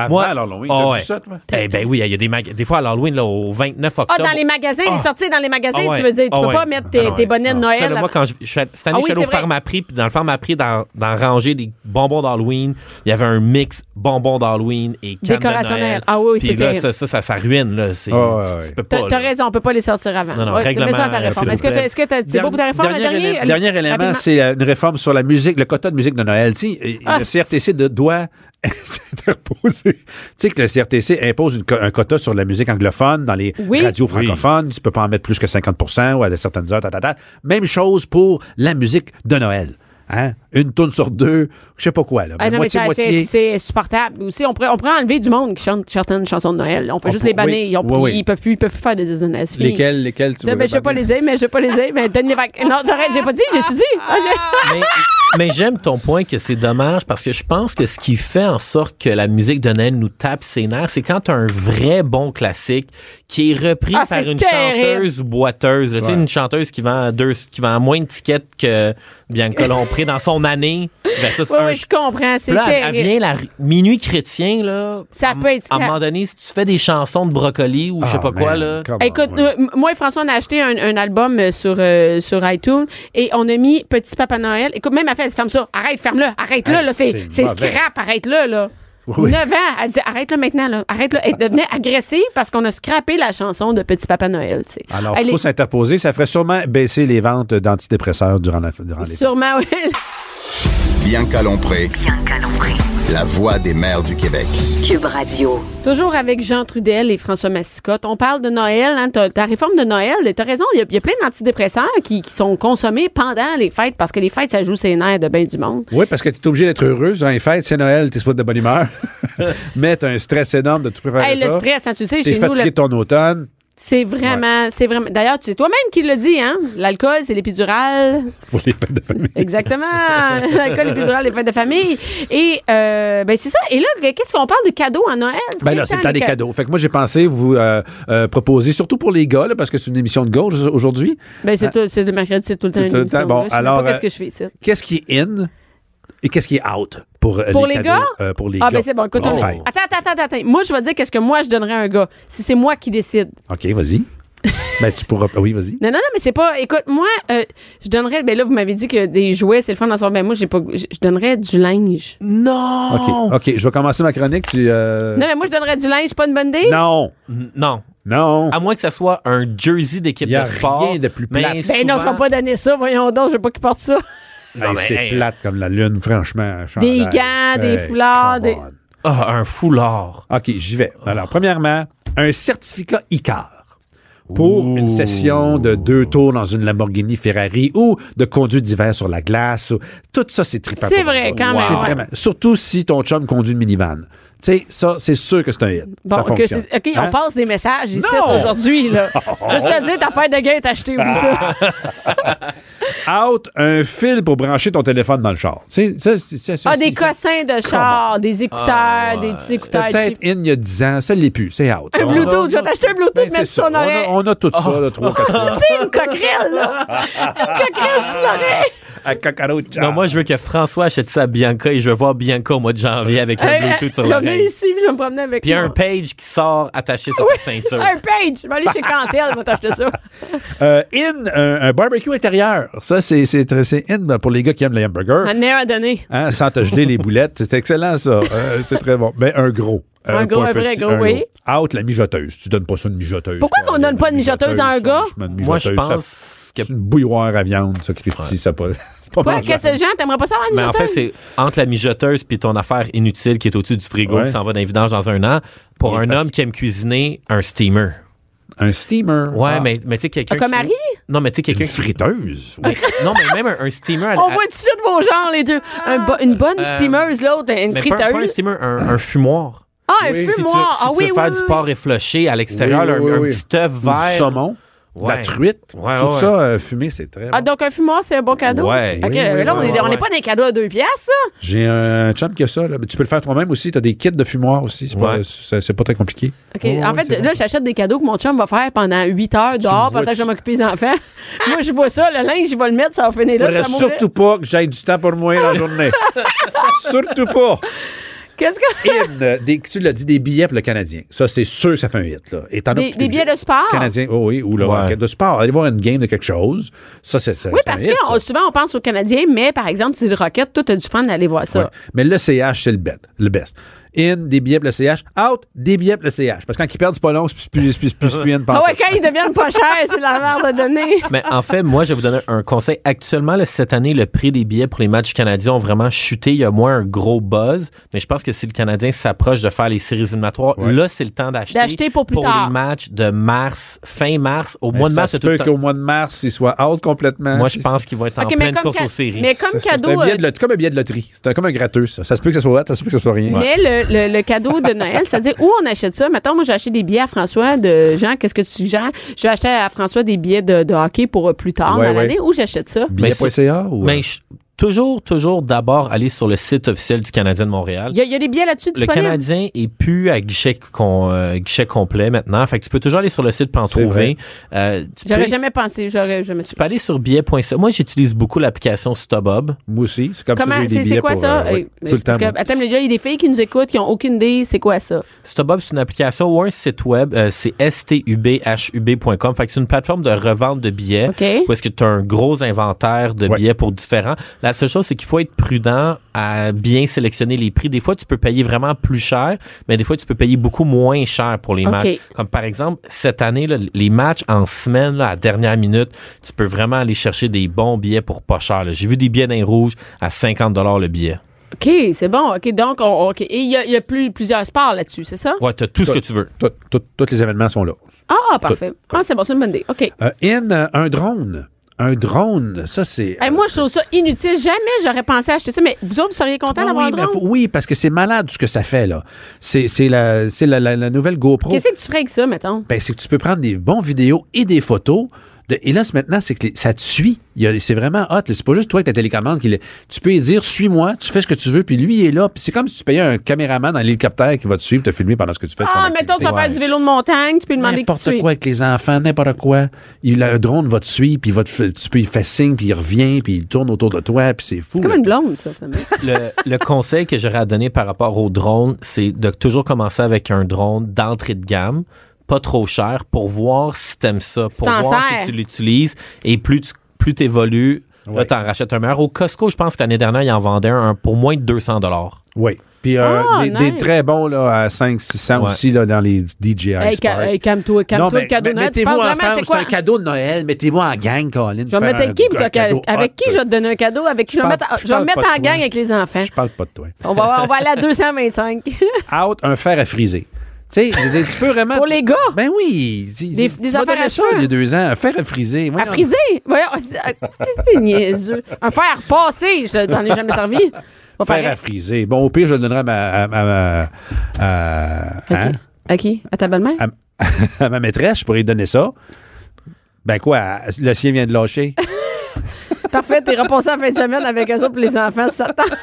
Speaker 4: Avant
Speaker 5: Moi-
Speaker 4: l'Halloween,
Speaker 5: Ah
Speaker 4: t'as
Speaker 5: ouais.
Speaker 4: vu ça, toi?
Speaker 5: Eh ben oui, il y a des magasins. Des fois, à l'Halloween, là, au 29
Speaker 3: Ah,
Speaker 5: octobre.
Speaker 3: dans les magasins,
Speaker 5: Ah.
Speaker 3: les sorties dans les magasins,
Speaker 5: Ah ouais,
Speaker 3: tu veux dire, tu
Speaker 5: ah
Speaker 3: peux
Speaker 5: ouais.
Speaker 3: pas mettre
Speaker 5: Ah
Speaker 3: tes,
Speaker 5: non,
Speaker 3: tes bonnets de
Speaker 5: non.
Speaker 3: Noël.
Speaker 5: Ça, là, moi,
Speaker 3: là.
Speaker 5: quand je, je suis allé- cette année,
Speaker 3: Ah
Speaker 5: je
Speaker 3: oui,
Speaker 5: suis allé au
Speaker 3: c'est vrai.
Speaker 5: Pharmaprix, puis dans le Pharmaprix, dans, dans ranger des bonbons d'Halloween, il y avait un mix bonbons d'Halloween et canne
Speaker 3: Décoration
Speaker 5: de Noël.
Speaker 3: Noël. Ah oui, oui,
Speaker 5: Puis
Speaker 3: c'est
Speaker 5: là,
Speaker 3: terrible.
Speaker 5: ça, ça, ça, ça ruine. Là. C'est-
Speaker 4: Ah ouais,
Speaker 5: tu,
Speaker 4: ouais.
Speaker 5: tu peux pas.
Speaker 3: T'as t'as
Speaker 5: là.
Speaker 3: raison, on peut pas les sortir avant.
Speaker 5: Non, non,
Speaker 3: Ouais,
Speaker 5: règlement,
Speaker 3: mais ça, ta réforme.
Speaker 5: s'il vous
Speaker 3: Est-ce que
Speaker 5: plaît.
Speaker 3: t'as- est-ce que t'as- c'est beau pour ta réforme? le
Speaker 4: Dernier,
Speaker 3: dernier,
Speaker 4: élé- dernier
Speaker 3: Allez,
Speaker 4: élément,
Speaker 3: rapidement.
Speaker 4: c'est euh, une réforme sur la musique, le quota de musique de Noël. Tu sais, et-
Speaker 3: Ah,
Speaker 4: le CRTC de- doit s'interposer. Tu sais que le CRTC impose une co- un quota sur la musique anglophone dans les
Speaker 3: Oui.
Speaker 4: radios francophones. Tu peux pas en mettre plus que 50 ou à certaines heures. ta, ta, ta. Même chose pour la musique de Noël. Hein? Une tourne sur deux, je sais pas quoi. Là.
Speaker 3: Ah
Speaker 4: Mais
Speaker 3: non, mais
Speaker 4: moitié,
Speaker 3: c'est
Speaker 4: moitié.
Speaker 3: assez- c'est supportable. Aussi, on pourrait, on pourrait enlever du monde qui chante certaines chansons de Noël. On fait
Speaker 4: On
Speaker 3: juste
Speaker 4: peut-
Speaker 3: les banner.
Speaker 4: oui,
Speaker 3: Ils, ont-
Speaker 4: oui, oui.
Speaker 3: ils peuvent plus, ils peuvent plus faire des Disney. C'est fini.
Speaker 4: Lesquelles, lesquelles tu
Speaker 3: Non,
Speaker 4: voulais
Speaker 3: mais je vais pas
Speaker 4: parler?
Speaker 3: les dire, mais je vais pas les dire. Mais donne les vac- Non, j'arrête, j'ai pas dit, j'ai-tu dit? Ah, j'ai-
Speaker 5: Mais, mais j'aime ton point que c'est dommage parce que je pense que ce qui fait en sorte que la musique de Noël nous tape ses nerfs, c'est quand t'as un vrai bon classique qui est repris
Speaker 3: Ah,
Speaker 5: par
Speaker 3: c'est
Speaker 5: une
Speaker 3: terrible.
Speaker 5: chanteuse boiteuse. là. Tu sais,
Speaker 4: Ouais.
Speaker 5: une chanteuse qui vend deux, qui vend moins de tickets que Bianca Lompré dans son année versus
Speaker 3: Oui,
Speaker 5: un
Speaker 4: ah,
Speaker 3: oui, je comprends. C'est
Speaker 5: Puis là, elle- elle,
Speaker 3: terrible.
Speaker 5: vient la ri- minuit chrétien, là.
Speaker 3: Ça
Speaker 5: à-
Speaker 3: peut être
Speaker 5: À un
Speaker 3: scrap.
Speaker 5: moment donné, si tu fais des chansons de brocoli ou je sais
Speaker 4: Ah,
Speaker 5: pas quoi,
Speaker 4: man,
Speaker 5: là.
Speaker 4: come on,
Speaker 3: Écoute,
Speaker 4: ouais.
Speaker 3: euh, m- moi et François, on a acheté un, un album euh, sur, euh, sur iTunes et on a mis Petit Papa Noël. Écoute, même elle fait, elle dit, ferme ça, arrête, ferme-le, arrête-le,
Speaker 4: Hey,
Speaker 3: là, c'est,
Speaker 4: c'est
Speaker 3: c'est
Speaker 4: mauvais.
Speaker 3: scrap, arrête-le, là.
Speaker 4: Oui, oui.
Speaker 3: 9 ans, elle dit arrête-le maintenant, là. arrête-le. Elle devenait agressive parce qu'on a scrappé la chanson de Petit Papa Noël, tu sais.
Speaker 4: Alors,
Speaker 3: Elle
Speaker 4: il faut
Speaker 3: est-
Speaker 4: s'interposer. Ça ferait sûrement baisser les ventes d'antidépresseurs durant, la, durant les
Speaker 3: Sûrement, oui.
Speaker 2: Bianca Lompré,
Speaker 1: Bianca Lompré.
Speaker 2: la voix des mères du Québec.
Speaker 1: Cube Radio.
Speaker 3: Toujours avec Jean Trudel et François Massicotte. On parle de Noël, hein, ta, ta réforme de Noël. T'as raison, il y a- il y, a plein d'antidépresseurs qui, qui sont consommés pendant les fêtes parce que les fêtes, ça joue ses nerfs de bien du monde.
Speaker 4: Oui, parce que tu es obligé d'être heureux durant les fêtes. C'est Noël, t'es pas de bonne humeur. Mais t'as un stress énorme de tout préparer
Speaker 3: Hey,
Speaker 4: ça.
Speaker 3: le stress, hein, tu sais,
Speaker 4: T'es
Speaker 3: chez nous,
Speaker 4: fatigué
Speaker 3: le-
Speaker 4: de ton automne.
Speaker 3: c'est vraiment, c'est vraiment. D'ailleurs, tu sais, toi-même qui le dis, hein, l'alcool, c'est l'épidurale.
Speaker 4: Pour les fêtes de famille.
Speaker 3: Exactement. L'alcool épidurale, les fêtes de famille. Et euh, ben c'est ça. Et là, qu'est-ce qu'on parle de cadeaux à Noël
Speaker 4: Ben là, c'est le temps des cadeaux. Fait que moi, j'ai pensé vous euh, euh, proposer, surtout pour les gars, là, parce que c'est une émission de gauche aujourd'hui.
Speaker 3: Ben c'est tout- c'est le mercredi, c'est tout le temps.
Speaker 4: Hein? C'est
Speaker 3: une
Speaker 4: tout le temps.
Speaker 3: émission,
Speaker 4: Bon,
Speaker 3: hein. je sais pas
Speaker 4: alors,
Speaker 3: qu'est-ce
Speaker 4: euh,
Speaker 3: que je fais ici.
Speaker 4: Qu'est-ce qui est in et qu'est-ce qui est out pour, euh,
Speaker 3: Pour
Speaker 4: les,
Speaker 3: les
Speaker 4: cadeaux,
Speaker 3: gars?
Speaker 4: euh, pour les
Speaker 3: Ah
Speaker 4: gars?
Speaker 3: ben c'est bon, écoute.
Speaker 4: Pour
Speaker 3: on-
Speaker 4: les fêtes.
Speaker 3: Attends, attends, attends, attends. Moi, je vais dire qu'est-ce que moi je donnerais à un gars si c'est moi qui décide.
Speaker 4: OK, vas-y. ben, tu pourras. Oui, vas-y.
Speaker 3: Non, non, non, mais c'est pas. Écoute, moi, euh, je donnerais. Ben là, vous m'avez dit que des jouets, c'est le fun d'en sortir. Ben moi, j'ai pas. Je je donnerais du linge.
Speaker 5: Non!
Speaker 4: OK, OK, je vais commencer ma chronique. Tu, euh,
Speaker 3: Non, mais moi, je donnerais du linge. Pas une bonne idée.
Speaker 4: non.
Speaker 5: N- Non.
Speaker 4: Non.
Speaker 3: Ah,
Speaker 5: À moins que ça soit un jersey d'équipe
Speaker 4: Y a
Speaker 5: de sport.
Speaker 4: rien de plus
Speaker 5: mais
Speaker 4: plate. Ben
Speaker 3: Ben non, je
Speaker 5: souvent-
Speaker 3: vais pas donner ça. Voyons donc, je veux pas qu'il porte ça.
Speaker 5: Non,
Speaker 4: Hey,
Speaker 5: mais,
Speaker 4: c'est
Speaker 5: hey,
Speaker 4: plate comme la lune, franchement.
Speaker 3: euh, Des
Speaker 4: chandail.
Speaker 3: gants, des
Speaker 4: Hey,
Speaker 3: foulards,
Speaker 4: come
Speaker 3: des- Oh.
Speaker 4: on.
Speaker 5: Ah, un foulard.
Speaker 4: OK, j'y vais. Alors, premièrement, un certificat ICAR pour une session de deux tours dans une Lamborghini Ferrari ou de conduite d'hiver sur la glace. ou- Tout ça, c'est trippant.
Speaker 3: C'est
Speaker 4: pour
Speaker 3: vrai,
Speaker 4: toi.
Speaker 3: quand
Speaker 5: même,
Speaker 4: C'est
Speaker 5: ouais.
Speaker 4: vraiment- Surtout si ton chum conduit une minivan. sais, ça, c'est sûr que c'est un hit. ça
Speaker 3: Bon, que
Speaker 4: fonctionne.
Speaker 3: c'est- OK,
Speaker 4: Hein?
Speaker 3: on passe des messages ici
Speaker 4: Non!
Speaker 3: aujourd'hui. Là. Juste à dire, ta paire de gain est achetée, oublie ça.
Speaker 5: Ah,
Speaker 4: Out, un fil pour brancher ton téléphone dans le char. Tu sais, ça, c'est- c'est- ça,
Speaker 3: Ah,
Speaker 4: c'est-
Speaker 3: des cossins de char, des écouteurs,
Speaker 5: Ah,
Speaker 3: des petits
Speaker 4: C'était
Speaker 3: écouteurs.
Speaker 4: peut-être
Speaker 3: cheap.
Speaker 4: in il y a 10 ans. Ça l'est plus. C'est out.
Speaker 3: Un
Speaker 4: On a-
Speaker 3: Bluetooth, je vais t'acheter un
Speaker 4: Ben,
Speaker 3: Bluetooth,
Speaker 4: c'est
Speaker 3: mais
Speaker 4: ça.
Speaker 3: sur ton
Speaker 4: On a-
Speaker 3: oreille.
Speaker 4: On a tout ça, là, 3-4 fois.
Speaker 3: Tu sais, une coquerelle, là. une coquerelle sur l'oreille.
Speaker 4: À cocotte.
Speaker 5: Non, moi, je veux que François achète ça à Bianca et je veux voir Bianca au mois de janvier avec un
Speaker 3: Hey,
Speaker 5: Bluetooth sur
Speaker 3: Je venais
Speaker 5: l'oreille.
Speaker 3: ici, puis je vais me promener avec
Speaker 5: Puis
Speaker 3: moi.
Speaker 5: un page qui sort attaché sur ta
Speaker 3: Oui,
Speaker 5: ceinture.
Speaker 3: un page. Je vais aller chez Cantel, je vais t'acheter ça.
Speaker 4: Euh, in, un, un barbecue intérieur. Ça, c'est c'est très- c'est in ben, pour les gars qui aiment les hamburgers.
Speaker 3: Un à donner.
Speaker 4: Hein, sans te geler les boulettes. C'est excellent, ça. Euh, c'est très bon. Mais un gros. Euh,
Speaker 3: Un gros,
Speaker 4: pas
Speaker 3: un vrai gros, oui.
Speaker 4: gros. Out, la mijoteuse. Tu donnes pas ça une mijoteuse.
Speaker 3: Pourquoi
Speaker 4: Quoi,
Speaker 3: qu'on donne pas de mijoteuse à un gars?
Speaker 4: franchement, une
Speaker 5: Moi, je
Speaker 4: mijoteuse, ça-
Speaker 5: pense que.
Speaker 4: C'est une bouilloire à viande, ça, Christy. Ça pas, c'est pas
Speaker 3: Quoi,
Speaker 4: mangeable.
Speaker 3: qu'est-ce que Jean, t'aimerais pas ça avoir une
Speaker 5: Mais en fait,
Speaker 3: mijoteuse?
Speaker 5: c'est entre la mijoteuse puis ton affaire inutile qui est au-dessus du frigo
Speaker 4: Ouais.
Speaker 5: qui s'en va dans les vidanges dans un an. Pour
Speaker 4: Et
Speaker 5: un
Speaker 4: parce
Speaker 5: homme qui aime cuisiner, un steamer.
Speaker 4: Un steamer.
Speaker 5: Ouais,
Speaker 4: Ah.
Speaker 5: mais, mais tu sais, quelqu'un.
Speaker 3: Comme
Speaker 5: qui-
Speaker 3: Harry?
Speaker 5: Non, mais tu sais,
Speaker 4: Une
Speaker 5: quelqu'un. qui-
Speaker 4: friteuse. Oui.
Speaker 5: Non, mais même un, un steamer. à-
Speaker 3: On
Speaker 5: à-
Speaker 3: voit tout de suite vos genres, les deux. Un bo- une bonne
Speaker 5: Euh,
Speaker 3: steameuse, l'autre, une
Speaker 5: mais pas- pas un
Speaker 3: friteuse.
Speaker 5: steamer, un, un fumoir.
Speaker 3: Ah, un
Speaker 4: Oui.
Speaker 5: Si tu,
Speaker 3: fumoir.
Speaker 5: si
Speaker 3: Ah
Speaker 5: tu
Speaker 3: oui,
Speaker 5: veux
Speaker 3: oui,
Speaker 5: faire
Speaker 3: oui,
Speaker 5: du
Speaker 3: oui.
Speaker 5: porc réfléchi à l'extérieur,
Speaker 4: Oui,
Speaker 5: un,
Speaker 4: oui,
Speaker 5: un
Speaker 4: oui.
Speaker 5: petit œuf
Speaker 4: Ou
Speaker 5: vert.
Speaker 4: Du saumon. de
Speaker 5: Ouais.
Speaker 4: La truite.
Speaker 5: Ouais,
Speaker 4: tout
Speaker 5: ouais.
Speaker 4: ça euh, fumé, c'est très
Speaker 3: Ah,
Speaker 4: bon.
Speaker 3: donc un fumoir, c'est un bon cadeau?
Speaker 5: Ouais.
Speaker 3: OK,
Speaker 5: Oui,
Speaker 3: mais
Speaker 5: oui,
Speaker 3: là, on
Speaker 5: oui,
Speaker 3: n'est
Speaker 5: oui, oui.
Speaker 3: pas dans les cadeaux à deux piastres, ça.
Speaker 4: J'ai un chum qui a ça. Là. Mais tu peux le faire toi-même aussi. Tu as des kits de fumoir aussi. C'est pas,
Speaker 5: Ouais.
Speaker 4: c'est- c'est pas très compliqué.
Speaker 3: OK,
Speaker 4: Ouais,
Speaker 3: en
Speaker 4: ouais,
Speaker 3: fait,
Speaker 4: c'est
Speaker 3: là, j'achète des cadeaux que mon chum va faire pendant 8 heures dehors
Speaker 4: vois,
Speaker 3: pendant que je
Speaker 4: tu-
Speaker 3: vais m'occuper des enfants. Moi, je vois ça, le linge, je vais le mettre, ça va finir là. je
Speaker 4: Faudrait
Speaker 3: vais mourir.
Speaker 4: surtout pas que j'aille du temps pour moi dans la journée. surtout pas.
Speaker 3: Qu'est-ce que.
Speaker 4: In, euh, des- tu l'as dit, des billets pour le Canadien. Ça, c'est sûr, ça fait un hit. Là. Et t'en as
Speaker 3: Des-
Speaker 4: pour tous
Speaker 3: des
Speaker 4: les
Speaker 3: billets de sport?
Speaker 4: Canadien, oh oui, ou le
Speaker 5: Ouais.
Speaker 4: Rocket de sport. Aller voir une game de quelque chose. Ça, c'est
Speaker 3: Oui, parce que on- souvent, on pense aux Canadiens, mais par exemple, c'est le Rocket, toi, t'as du fun d'aller voir ça.
Speaker 4: Ouais. Mais le CH, c'est le bet, le best. In, des billets pour le CH. Out, des billets pour le CH. Parce que quand ils perdent, c'est pas long, c'est plus, plus, plus, plus, plus in
Speaker 3: Ah
Speaker 4: pantoute.
Speaker 3: ouais, quand ils deviennent pas chers, c'est la merde de donner.
Speaker 5: Mais en fait, moi, je vais vous donner un conseil. Actuellement, là, cette année, le prix des billets pour les matchs canadiens ont vraiment chuté. Il y a moins un gros buzz. Mais je pense que si le Canadien s'approche de faire les séries éliminatoires, là, c'est le temps d'acheter.
Speaker 3: D'acheter pour plus tard.
Speaker 5: les matchs de mars, fin mars, au
Speaker 4: Mais
Speaker 5: mois de
Speaker 4: ça
Speaker 5: mars,
Speaker 4: se
Speaker 5: c'est tout
Speaker 4: peut
Speaker 5: le
Speaker 4: qu'au
Speaker 5: temps.
Speaker 4: mois de mars, il soit out complètement.
Speaker 5: Moi, je pense qu'ils vont être en
Speaker 3: OK, mais
Speaker 5: pleine
Speaker 3: comme,
Speaker 5: course
Speaker 3: ca-
Speaker 5: aux séries.
Speaker 3: mais comme
Speaker 4: Ça, ça,
Speaker 3: cadeau.
Speaker 4: C'est un billet
Speaker 3: euh,
Speaker 4: de loterie- comme un billet de loterie. C'est un- comme un gratteux, ça. Ça se peut que ce soit hot, ça se peut que ce soit rien.
Speaker 3: Mais le, le- le cadeau de Noël, c'est-à-dire où on achète ça? Mettons, moi, j'ai acheté des billets à François de Jean. Qu'est-ce que tu suggères? Je vais acheter à François des billets de, de hockey pour euh, plus tard
Speaker 4: Ouais,
Speaker 3: dans
Speaker 4: ouais.
Speaker 3: l'année. Où j'achète ça?
Speaker 4: Billets.ca ou. euh,
Speaker 5: Mais je- toujours, toujours d'abord aller sur le site officiel du Canadien de Montréal.
Speaker 3: Il y, a- il y a des billets là-dessus
Speaker 5: Le
Speaker 3: disponibles?
Speaker 5: Canadien est plus à guichet, con- euh, guichet complet maintenant. Fait que tu peux toujours aller sur le site pour en
Speaker 4: C'est vrai.
Speaker 5: trouver. Euh, tu
Speaker 3: J'aurais
Speaker 5: peux-
Speaker 3: jamais pensé. J'aurais jamais su.
Speaker 5: Tu peux aller sur billet.ca. Moi, j'utilise beaucoup l'application StubHub.
Speaker 4: Moi aussi, c'est comme ça
Speaker 3: Comment,
Speaker 4: que j'ai des
Speaker 3: c'est, c'est
Speaker 4: billets
Speaker 3: quoi
Speaker 4: pour,
Speaker 3: ça?
Speaker 4: euh,
Speaker 3: Euh,
Speaker 4: ouais,
Speaker 3: parce
Speaker 4: tout le temps.
Speaker 3: que,
Speaker 4: moi.
Speaker 3: attends, mais là, il y a des filles qui nous écoutent, qui ont aucune idée, c'est quoi ça?
Speaker 5: StubHub, c'est une application ou un site web. euh, c'est stubhub.com. Fait que c'est une plateforme de revente de billets.
Speaker 3: OK.
Speaker 5: Où est-ce que tu as un gros inventaire de
Speaker 4: Ouais.
Speaker 5: billets pour différents. La seule chose, c'est qu'il faut être prudent à bien sélectionner les prix. Des fois, tu peux payer vraiment plus cher, mais des fois, tu peux payer beaucoup moins cher pour les
Speaker 3: OK.
Speaker 5: matchs. Comme par exemple, cette année, là, les matchs en semaine, là, à dernière minute, tu peux vraiment aller chercher des bons billets pour pas cher. là. J'ai vu des billets d'un rouge à 50 le billet.
Speaker 3: OK, c'est bon. OK, donc, on, OK. Et il y a, il y a plus, plusieurs sports là-dessus, c'est ça?
Speaker 5: Ouais, t'as tout ce que tu veux.
Speaker 4: Tout- tout- Tous les événements sont là.
Speaker 3: Ah, parfait. Ah, c'est bon, c'est une bonne idée. OK.
Speaker 4: Euh, in, euh, un drone. Un drone, ça, c'est. euh,
Speaker 3: Hey, moi, je trouve ça inutile. Jamais j'aurais pensé acheter ça, mais vous autres, vous seriez contents
Speaker 4: Ah oui,
Speaker 3: d'avoir un
Speaker 4: mais
Speaker 3: drone?
Speaker 4: faut- oui, parce que c'est malade ce que ça fait, là. C'est c'est la, c'est la, la- la nouvelle GoPro.
Speaker 3: Qu'est-ce que tu ferais avec ça, mettons?
Speaker 4: Ben, c'est que tu peux prendre des bons vidéos et des photos. De, et là, c'est- maintenant, c'est que les- ça te suit. Il y a- C'est vraiment hot. là. C'est pas juste toi avec ta télécommande. Qui le- tu peux lui dire, suis-moi, tu fais ce que tu veux, puis lui, il est là. Puis c'est comme si tu payais un caméraman dans l'hélicoptère qui va te suivre, te filmer pendant ce que tu fais. de son
Speaker 3: Ah, mettons, tu
Speaker 4: activité.
Speaker 3: vas faire du vélo de montagne, tu peux demander qui tu
Speaker 4: N'importe
Speaker 3: es.
Speaker 4: quoi avec les enfants, n'importe quoi. Il, le drone va te suivre, puis il va te, f- tu peux, il fait signe, puis il revient, puis il tourne autour de toi, puis c'est fou.
Speaker 3: C'est comme
Speaker 4: là.
Speaker 3: une blonde, ça. finalement.
Speaker 5: le, le conseil que j'aurais à donner par rapport au drone, c'est de toujours commencer avec un drone d'entrée de gamme, pas trop cher, pour voir si t'aimes ça, pour
Speaker 3: t'en
Speaker 5: voir
Speaker 3: sers.
Speaker 5: si tu l'utilises. Et plus tu plus t'évolues, là, t'en rachètes un meilleur. Au Costco, je pense que l'année dernière, ils en vendaient un pour moins de 200 dollars.
Speaker 4: Oui. Puis euh,
Speaker 3: Ah,
Speaker 4: des,
Speaker 3: nice.
Speaker 4: des très bons là, à 5 600
Speaker 5: Ouais.
Speaker 4: aussi là, dans les DJI
Speaker 3: Hey,
Speaker 4: Spark.
Speaker 3: ca- hey, calme-toi,
Speaker 4: Non,
Speaker 3: calme-toi,
Speaker 4: mais-
Speaker 3: le cadeau de
Speaker 4: mais
Speaker 3: Noël. Tu
Speaker 4: Mettez-vous
Speaker 3: penses vraiment,
Speaker 4: ensemble,
Speaker 3: c'est
Speaker 4: c'est un
Speaker 3: quoi?
Speaker 4: cadeau de Noël. Mettez-vous en gang, Colin.
Speaker 3: Je vais me mettre avec qui? puis toi,
Speaker 4: cadeau
Speaker 3: Avec
Speaker 4: hot,
Speaker 3: qui je
Speaker 4: toi.
Speaker 3: vais te donner un cadeau? Avec qui je vais
Speaker 4: Je
Speaker 3: me mettre
Speaker 4: parle- je
Speaker 3: je vais me
Speaker 4: parle
Speaker 3: mettre
Speaker 4: pas
Speaker 3: en
Speaker 4: de toi.
Speaker 3: gang avec les enfants?
Speaker 4: Je parle pas de toi.
Speaker 3: On va, on va aller à 225.
Speaker 4: Out, un fer à friser. sais, je veux dire, tu peux vraiment.
Speaker 3: Pour les gars?
Speaker 4: Ben oui. tu-
Speaker 3: Des-
Speaker 4: tu
Speaker 3: des
Speaker 4: m'as
Speaker 3: affaires
Speaker 4: donné
Speaker 3: à
Speaker 4: ça
Speaker 3: faire.
Speaker 4: il y a deux ans. Un fer à friser.
Speaker 3: À
Speaker 4: voyons.
Speaker 3: friser? Voyons, c'est- c'est- t'es niaiseux. Un fer à repasser, je t'en ai jamais servi. Pas
Speaker 4: Fer à
Speaker 3: pareil.
Speaker 4: friser. Bon, au pire, je le donnerai à ma, à, à- à- à- hein?
Speaker 3: À qui? À ta belle-mère?
Speaker 4: À- à ma maîtresse. Je pourrais lui donner ça. Ben quoi, le sien vient de lâcher.
Speaker 3: Parfait, t'es repassé en fin de semaine avec eux autres pour les enfants, ça t'attend.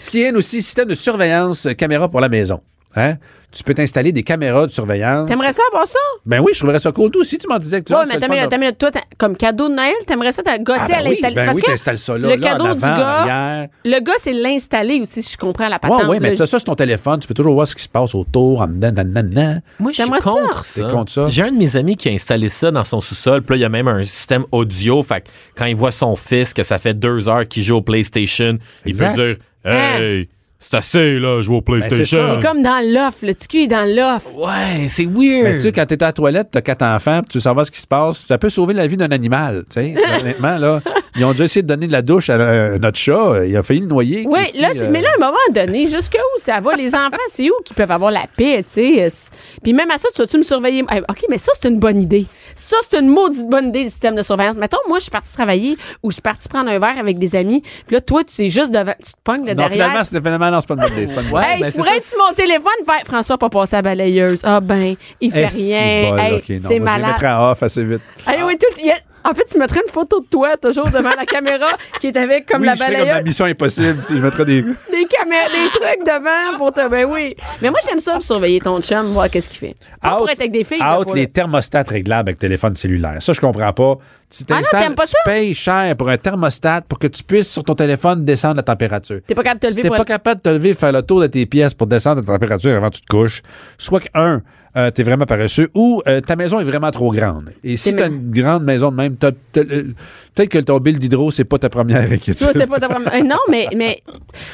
Speaker 4: Ce qui est aussi système de surveillance euh, caméra pour la maison. Hein? Tu peux t'installer des caméras de surveillance.
Speaker 3: T'aimerais ça avoir ça?
Speaker 4: Ben oui, je trouverais ça cool. Toi aussi, tu m'en disais que tu
Speaker 3: Ouais,
Speaker 4: as
Speaker 3: mais t'as mis, t'as mis le- toi, t'as- comme cadeau de Noël, t'aimerais ça, t'as gossé
Speaker 4: Ah, ben
Speaker 3: à
Speaker 4: oui,
Speaker 3: l'installer.
Speaker 4: ben
Speaker 3: Parce
Speaker 4: oui,
Speaker 3: que
Speaker 4: t'installes ça là,
Speaker 3: le
Speaker 4: là, en
Speaker 3: cadeau
Speaker 4: avant,
Speaker 3: du
Speaker 4: en
Speaker 3: gars,
Speaker 4: arrière.
Speaker 3: le gars, c'est l'installer aussi, si je comprends la
Speaker 4: Oui,
Speaker 3: patente.
Speaker 4: oui, mais
Speaker 3: là.
Speaker 4: t'as ça sur ton téléphone, tu peux toujours voir ce qui se passe autour, en dedans, nan, nan, nan.
Speaker 5: Moi, je suis
Speaker 3: J'aimerais ça.
Speaker 5: contre ça.
Speaker 4: T'es contre ça?
Speaker 5: J'ai un de mes amis qui a installé ça dans son sous-sol. Puis là, il y a même un système audio. Fait que quand il voit son fils, que ça fait deux heures qu'il joue au PlayStation, il peut
Speaker 4: Exact. Ben,
Speaker 5: dire Hey, c'est assez, là, je joue au PlayStation.
Speaker 4: ça.
Speaker 3: Comme dans l'offre, le petit cul est dans l'offre.
Speaker 5: Ouais, c'est weird.
Speaker 4: Mais tu sais, quand t'es à la toilette, t'as quatre enfants, puis tu veux savoir ce qui se passe, ça peut sauver la vie d'un animal, tu sais. Honnêtement, là, ils ont déjà essayé de donner de la douche à euh, notre chat, euh, il a failli le noyer.
Speaker 3: Oui,
Speaker 4: Christy,
Speaker 3: là, c'est-
Speaker 4: euh,
Speaker 3: mais là, à un moment donné, jusqu'où ça va? Les enfants, c'est où qui peuvent avoir la paix, tu sais? euh, c'est- Puis même à ça, tu vas-tu me surveiller? Eh, OK, mais ça, c'est une bonne idée. Ça, c'est une maudite bonne idée, le système de surveillance. Mettons, moi, je suis partie travailler ou je suis partie prendre un verre avec des amis. Puis là, toi, tu sais juste devant, tu te pognes là,
Speaker 4: non, finalement,
Speaker 3: derrière.
Speaker 4: c'est finalement, non, c'est pas une bonne idée. Eh, c'est pas une bonne
Speaker 5: Ouais,
Speaker 3: Hey,
Speaker 5: ben,
Speaker 3: je
Speaker 5: c'est
Speaker 3: pourrais
Speaker 5: ça,
Speaker 3: être sur mon téléphone, faire François pas passer à balayeuse. Ah ben, il fait
Speaker 4: idée. Eh,
Speaker 3: rien.
Speaker 4: bol,
Speaker 3: Hey,
Speaker 4: ok, non, moi,
Speaker 3: c'est
Speaker 4: je les
Speaker 3: malade.
Speaker 4: mettrai en off assez vite.
Speaker 3: Hey, oui, tout- il y a- en fait, tu mettrais une photo de toi toujours devant la caméra qui est avec comme
Speaker 4: oui,
Speaker 3: la
Speaker 4: je ferais comme
Speaker 3: balayeuse
Speaker 4: la mission impossible, tu sais, je mettrais des...
Speaker 3: des caméras, des trucs devant pour te. Ben oui. Mais moi, j'aime ça pour surveiller ton chum, voir qu'est-ce qu'il fait. Pas pour être avec des filles. là,
Speaker 4: out
Speaker 3: pour-
Speaker 4: les thermostats réglables avec téléphone cellulaire. Ça, je comprends pas. Tu
Speaker 3: Ah non,
Speaker 4: t'installes,
Speaker 3: t'aimes pas
Speaker 4: tu
Speaker 3: ça?
Speaker 4: payes cher pour un thermostat pour que tu puisses, sur ton téléphone, descendre la température.
Speaker 3: T'es pas capable de te
Speaker 4: Si
Speaker 3: lever
Speaker 4: t'es
Speaker 3: pour
Speaker 4: pas capable de te lever et faire le tour de tes pièces pour descendre ta température avant que tu te couches, soit que, un, euh, t'es vraiment paresseux, ou euh, ta maison est vraiment trop grande. Et si
Speaker 3: T'es
Speaker 4: t'as
Speaker 3: ma-
Speaker 4: une grande maison de même, t'as- t'as- euh, peut-être que ton bill d'hydro, c'est pas ta première
Speaker 3: Tu vois,
Speaker 4: inquiétude.
Speaker 3: c'est pas ta première- Euh, Non, mais, mais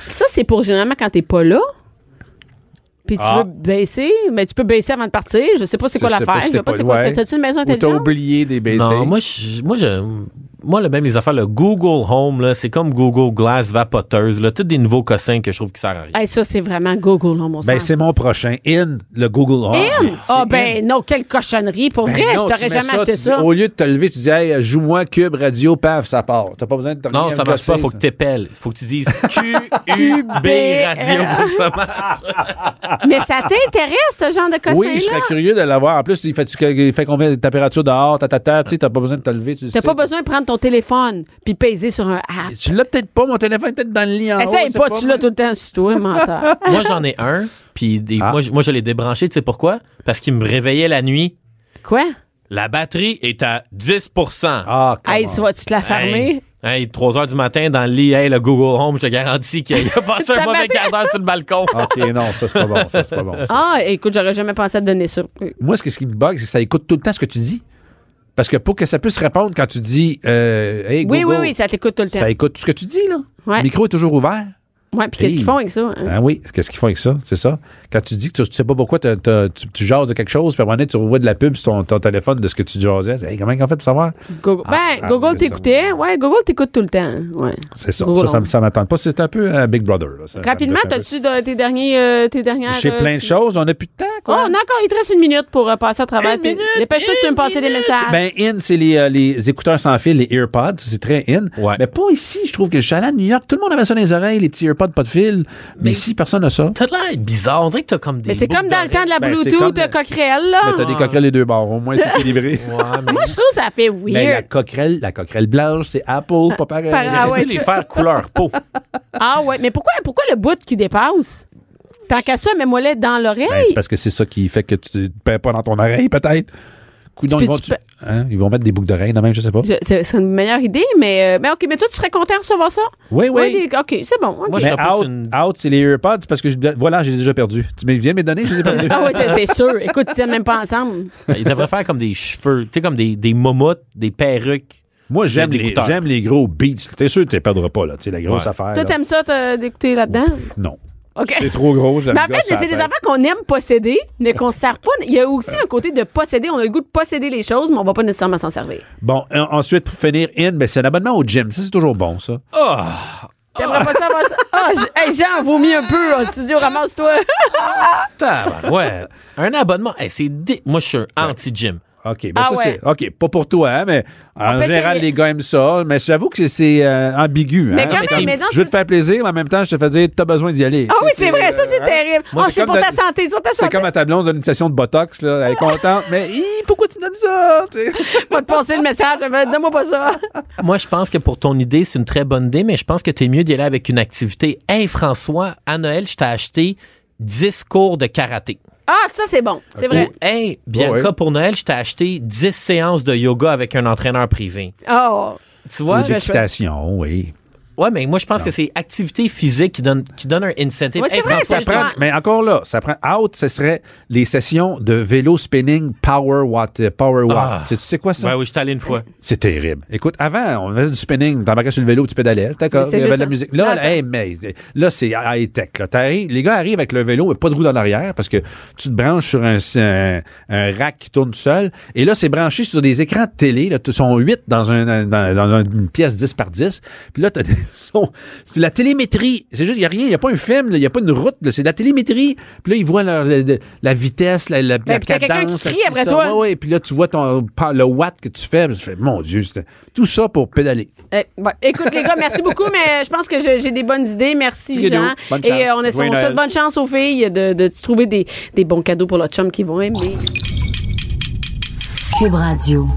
Speaker 3: ça, c'est pour généralement quand t'es pas là. Puis tu
Speaker 4: Ah.
Speaker 3: veux baisser, mais tu peux baisser avant de partir. Je sais pas c'est quoi
Speaker 4: Je sais
Speaker 3: l'affaire.
Speaker 4: si
Speaker 3: Je
Speaker 4: t'es
Speaker 3: sais pas
Speaker 4: pas
Speaker 3: c'est quoi.
Speaker 4: loin.
Speaker 3: T'as-tu une maison
Speaker 4: Ou t'as
Speaker 3: intelligente?
Speaker 4: oublié des baisers.
Speaker 5: Non, moi, je, moi, je, moi, le même, les affaires, le Google Home, là, c'est comme Google Glass vapoteuse, là, tous des nouveaux cossins que je trouve qui servent à rien.
Speaker 3: Hey, ça, c'est vraiment Google, non, mon
Speaker 4: Ben,
Speaker 3: sens.
Speaker 4: c'est mon prochain. In, le Google Home.
Speaker 3: In!
Speaker 4: C'est
Speaker 3: Ah,
Speaker 4: in.
Speaker 3: ben non, quelle cochonnerie. Pour
Speaker 4: Ben
Speaker 3: vrai,
Speaker 4: non,
Speaker 3: je t'aurais
Speaker 4: tu mets
Speaker 3: jamais acheté
Speaker 4: tu dis-
Speaker 3: ça.
Speaker 4: au lieu de te lever, tu dis hey, joue-moi cube, radio, paf, ça part. T'as pas besoin de te
Speaker 5: Non,
Speaker 4: rien
Speaker 5: ça marche pas,
Speaker 4: gosser,
Speaker 5: faut que
Speaker 4: ça.
Speaker 5: t'épelles. Faut que tu dises QUB radio. Ça marche.
Speaker 3: Mais ça t'intéresse, ce genre de cossin-là?
Speaker 4: Oui, je serais curieux de l'avoir. En plus, il fait, il fait combien de température dehors, ta, ta, ta, tu sais, t'as pas besoin de te lever. Tu le
Speaker 3: T'as
Speaker 4: sais.
Speaker 3: pas besoin de prendre ton téléphone puis peser sur un app.
Speaker 4: Tu l'as peut-être pas, mon téléphone est peut-être dans le lit en haut.
Speaker 3: Essaye
Speaker 4: c'est
Speaker 3: pas, tu l'as
Speaker 4: moi.
Speaker 3: tout le temps sur toi, menteur.
Speaker 5: moi, j'en ai un, puis des-
Speaker 4: Ah.
Speaker 5: moi, je- moi, je l'ai débranché, tu sais pourquoi? Parce qu'il me réveillait la nuit.
Speaker 3: Quoi?
Speaker 5: La batterie est à 10
Speaker 4: Ah, come
Speaker 3: Hey,
Speaker 4: on.
Speaker 3: tu vas-tu te la fermer?
Speaker 5: Hey, hey, 3 heures du matin dans le lit, hey, le Google Home, je te garantis qu'il a passé un
Speaker 3: Ta
Speaker 5: mauvais
Speaker 3: batterie-
Speaker 5: quart d'heure sur le balcon.
Speaker 4: Ah, OK, non, ça, c'est pas bon. Ça, c'est pas bon. ça.
Speaker 3: Ah, écoute, j'aurais jamais pensé à te donner ça. Hey,
Speaker 4: Moi, ce, que- ce qui me bug, c'est que ça écoute tout le temps ce que tu dis. Parce que pour que ça puisse répondre quand tu dis euh, Hey,
Speaker 3: Oui, oui,
Speaker 4: Google,
Speaker 3: oui, ça t'écoute tout le temps.
Speaker 4: ça écoute tout ce que tu dis, là.
Speaker 3: Ouais.
Speaker 4: Le micro est toujours ouvert.
Speaker 3: Ouais, puis qu'est-ce
Speaker 4: Hey.
Speaker 3: qu'ils font avec ça? hein?
Speaker 4: Ah oui, qu'est-ce qu'ils font avec ça? C'est ça? Quand tu dis que tu, tu sais pas pourquoi t'as- t'as- tu, tu jases de quelque chose, puis à un moment donné, tu revois de la pub sur ton, ton téléphone de ce que tu jasais. Hey, comment qu'on fait pour savoir?
Speaker 3: Google.
Speaker 4: Ah,
Speaker 3: Ben,
Speaker 4: ah,
Speaker 3: Google
Speaker 4: c'est ça.
Speaker 3: t'écoutait. Ouais, Google t'écoute tout le temps. Ouais.
Speaker 4: C'est ça.
Speaker 3: Google
Speaker 4: ça, ça,
Speaker 3: Home.
Speaker 4: me- ça m'attend pas. C'est un peu euh, Big Brother. Là. Ça- ça me
Speaker 3: Rapidement,
Speaker 4: gosse un peu.
Speaker 3: t'as-tu de- tes derniers, euh, tes dernières.
Speaker 4: J'ai
Speaker 3: euh,
Speaker 4: plein de
Speaker 3: su-
Speaker 4: choses. On n'a plus de temps,
Speaker 3: Oh,
Speaker 4: quoi.
Speaker 3: on a encore, il te reste une minute pour euh, passer à travers. tes- Dépêche-toi, tu veux me passer des messages.
Speaker 4: Ben, in, c'est les, euh, les écouteurs sans fil, les AirPods, c'est très in.
Speaker 5: Ouais.
Speaker 4: Mais pas ici, je trouve que je suis allé à New York, tout le monde avait ça dans les oreilles, les petits AirPods pas de
Speaker 3: Ben,
Speaker 4: fil. Mais, ici, personne n'a ça.
Speaker 5: T'as l'air bizarre, on dirait que t'as comme des.
Speaker 3: Mais c'est
Speaker 5: boucles
Speaker 3: comme dans le
Speaker 5: d'oreilles.
Speaker 3: temps de la
Speaker 4: Ben, c'est
Speaker 3: Bluetooth
Speaker 4: comme
Speaker 3: de
Speaker 4: le-
Speaker 3: Coquerel, là.
Speaker 4: Mais Ben, t'as des coquerelles des deux bords, au moins c'est équilibré.
Speaker 5: Ouais, mais-
Speaker 3: Moi, je trouve que ça fait weird.
Speaker 4: Mais la coquerelle, la coquerelle blanche, c'est Apple, pas pareil.
Speaker 3: par- ah ouais.
Speaker 5: J'aurais dû les faire couleur peau.
Speaker 3: Ah ouais, mais pourquoi, pourquoi le bout qui dépasse? Tant qu'à ça, mets-moi le dans
Speaker 4: Ben,
Speaker 3: l'oreille.
Speaker 4: c'est parce que c'est ça qui fait que tu te paies pas dans ton oreille, peut-être. Coudon,
Speaker 3: Tu
Speaker 4: ils
Speaker 3: peux-
Speaker 4: vont,
Speaker 3: tu
Speaker 4: hein, ils vont mettre des boucles d'oreilles, non, même, je sais pas.
Speaker 3: Je- C'est c'est une meilleure idée, mais, euh, mais OK, mais toi, tu serais content de recevoir ça?
Speaker 4: Oui, oui.
Speaker 3: les- OK, c'est bon. ok.
Speaker 5: Moi, je
Speaker 4: Mais
Speaker 5: te pousse
Speaker 4: out,
Speaker 5: une-
Speaker 4: out, c'est les AirPods parce que je, voilà, j'ai déjà perdu. Tu me- viens de me donner, je les ai perdus.
Speaker 3: Ah oui, c'est c'est sûr. Écoute, ils tiennent même pas ensemble.
Speaker 5: Ils devraient faire comme des cheveux, tu sais, comme des, des momottes, des perruques.
Speaker 4: Moi, j'aime
Speaker 5: Des
Speaker 4: les,
Speaker 5: écouteurs.
Speaker 4: j'aime les gros beats. T'es sûr que tu les perdras pas, là. Tu sais, la grosse
Speaker 5: Ouais.
Speaker 4: affaire.
Speaker 3: Toi,
Speaker 4: là.
Speaker 3: t'aimes ça t'as- d'écouter là-dedans?
Speaker 4: Non.
Speaker 3: OK.
Speaker 4: Ah C'est trop gros. je la
Speaker 3: Mais en
Speaker 4: me gosse
Speaker 3: fait,
Speaker 4: à
Speaker 3: c'est
Speaker 4: la
Speaker 3: des
Speaker 4: tête.
Speaker 3: affaires qu'on aime posséder, mais qu'on ne sert pas. Il y a aussi un côté de posséder. On a le goût de posséder les choses, mais on va pas nécessairement s'en servir.
Speaker 4: Bon, en- ensuite, pour finir, in, ben, c'est un abonnement au gym. Ça, c'est toujours bon, ça.
Speaker 3: T'aimerais pas ça, avoir ça? Ah, j- hey, Jean, vomis un peu. hein. Studio, ramasse-toi.
Speaker 5: Tabarouette. Un abonnement. Hey, c'est dé- Moi, je suis un anti-gym.
Speaker 4: OK, ben
Speaker 3: Ah
Speaker 4: ça,
Speaker 3: ouais.
Speaker 4: c'est. OK, pas pour toi, hein, mais en
Speaker 3: peut
Speaker 4: général,
Speaker 3: essayer.
Speaker 4: les gars aiment ça. Mais j'avoue que c'est euh, ambigu.
Speaker 3: Mais
Speaker 4: hein.
Speaker 3: quand
Speaker 4: C'est
Speaker 3: même, mais dans
Speaker 4: je veux
Speaker 3: ce-
Speaker 4: te faire plaisir, mais en même temps, je te fais dire, t'as besoin d'y aller.
Speaker 3: Ah
Speaker 4: Tu
Speaker 3: oui,
Speaker 4: sais,
Speaker 3: c'est vrai, ça, c'est
Speaker 4: euh,
Speaker 3: terrible.
Speaker 4: Moi,
Speaker 3: Ah,
Speaker 4: c'est
Speaker 3: c'est pour
Speaker 4: comme dans-
Speaker 3: ta santé, c'est pour ta
Speaker 4: C'est
Speaker 3: santé.
Speaker 4: comme à ta blonde, on donne une session de botox, là. Elle est contente, mais hi, pourquoi tu me donnes ça? Tu sais.
Speaker 3: Pas de passer le message. elle fait, Donne-moi pas ça.
Speaker 5: Moi, je pense que pour ton idée, c'est une très bonne idée, mais je pense que t'es mieux d'y aller avec une activité. Hey, François, à Noël, je t'ai acheté 10 cours de karaté.
Speaker 3: Ah, ça, c'est bon. C'est vrai.
Speaker 5: Ou, hey, Bianca,
Speaker 4: Ouais, ouais.
Speaker 5: pour Noël, je t'ai acheté 10 séances de yoga avec un entraîneur privé.
Speaker 3: Oh.
Speaker 5: Tu vois?
Speaker 4: Les équitations, oui.
Speaker 5: Ouais, mais moi, je pense que c'est activité physique qui donne, qui donne un incentive.
Speaker 3: Ouais, c'est
Speaker 5: Hey,
Speaker 3: vrai,
Speaker 5: François,
Speaker 3: ça
Speaker 5: prends-
Speaker 3: prend-
Speaker 4: Mais encore là, ça prend out, ce serait les sessions de vélo spinning power watt. euh, Power watt.
Speaker 5: Ah.
Speaker 4: Tu sais- tu sais quoi ça?
Speaker 5: Ouais, oui, je suis allé une fois.
Speaker 4: C'est terrible. Écoute, avant, on faisait du spinning, t'embarquais sur le vélo, tu pédalais, d'accord,
Speaker 3: Mais c'est
Speaker 4: il y avait
Speaker 3: juste
Speaker 4: de la
Speaker 3: ça.
Speaker 4: musique. Là,
Speaker 3: Ah,
Speaker 4: là,
Speaker 3: ça-
Speaker 4: hey, mais là, c'est high-tech. là. T'arrives- Les gars arrivent avec le vélo et pas de roue dans l'arrière parce que tu te branches sur un, un- un rack qui tourne tout seul. Et là, c'est branché sur des écrans de télé. Là, Ils sont huit dans, un, dans, dans une pièce 10 par 10. Puis là, t'as des sons. C'est La télémétrie, c'est juste, il n'y a rien, il n'y a pas un film, là, il n'y a pas une route, là, c'est de la télémétrie. Puis là, ils voient leur- la, la- la vitesse, la, la, la
Speaker 3: Ben, puis t'as quelqu'un qui
Speaker 4: cadence, la-
Speaker 3: crie après
Speaker 4: ça.
Speaker 3: toi.
Speaker 4: Ouais, ouais, et puis là, tu vois ton, par le watt que tu fais. puis tu fais, mon Dieu, c'était tout ça pour pédaler.
Speaker 3: Eh, bon, écoute, les gars, merci beaucoup, mais je pense que je- j'ai des bonnes idées. Merci,
Speaker 4: Skidoux.
Speaker 3: Jean.
Speaker 4: Bonne chance.
Speaker 3: Et euh, on, est,
Speaker 4: Joyeux
Speaker 3: on souhaite
Speaker 4: Noël.
Speaker 3: bonne chance aux filles de, de, se trouver des, des bons cadeaux pour leur chum qu'ils vont aimer.
Speaker 1: Cube Radio.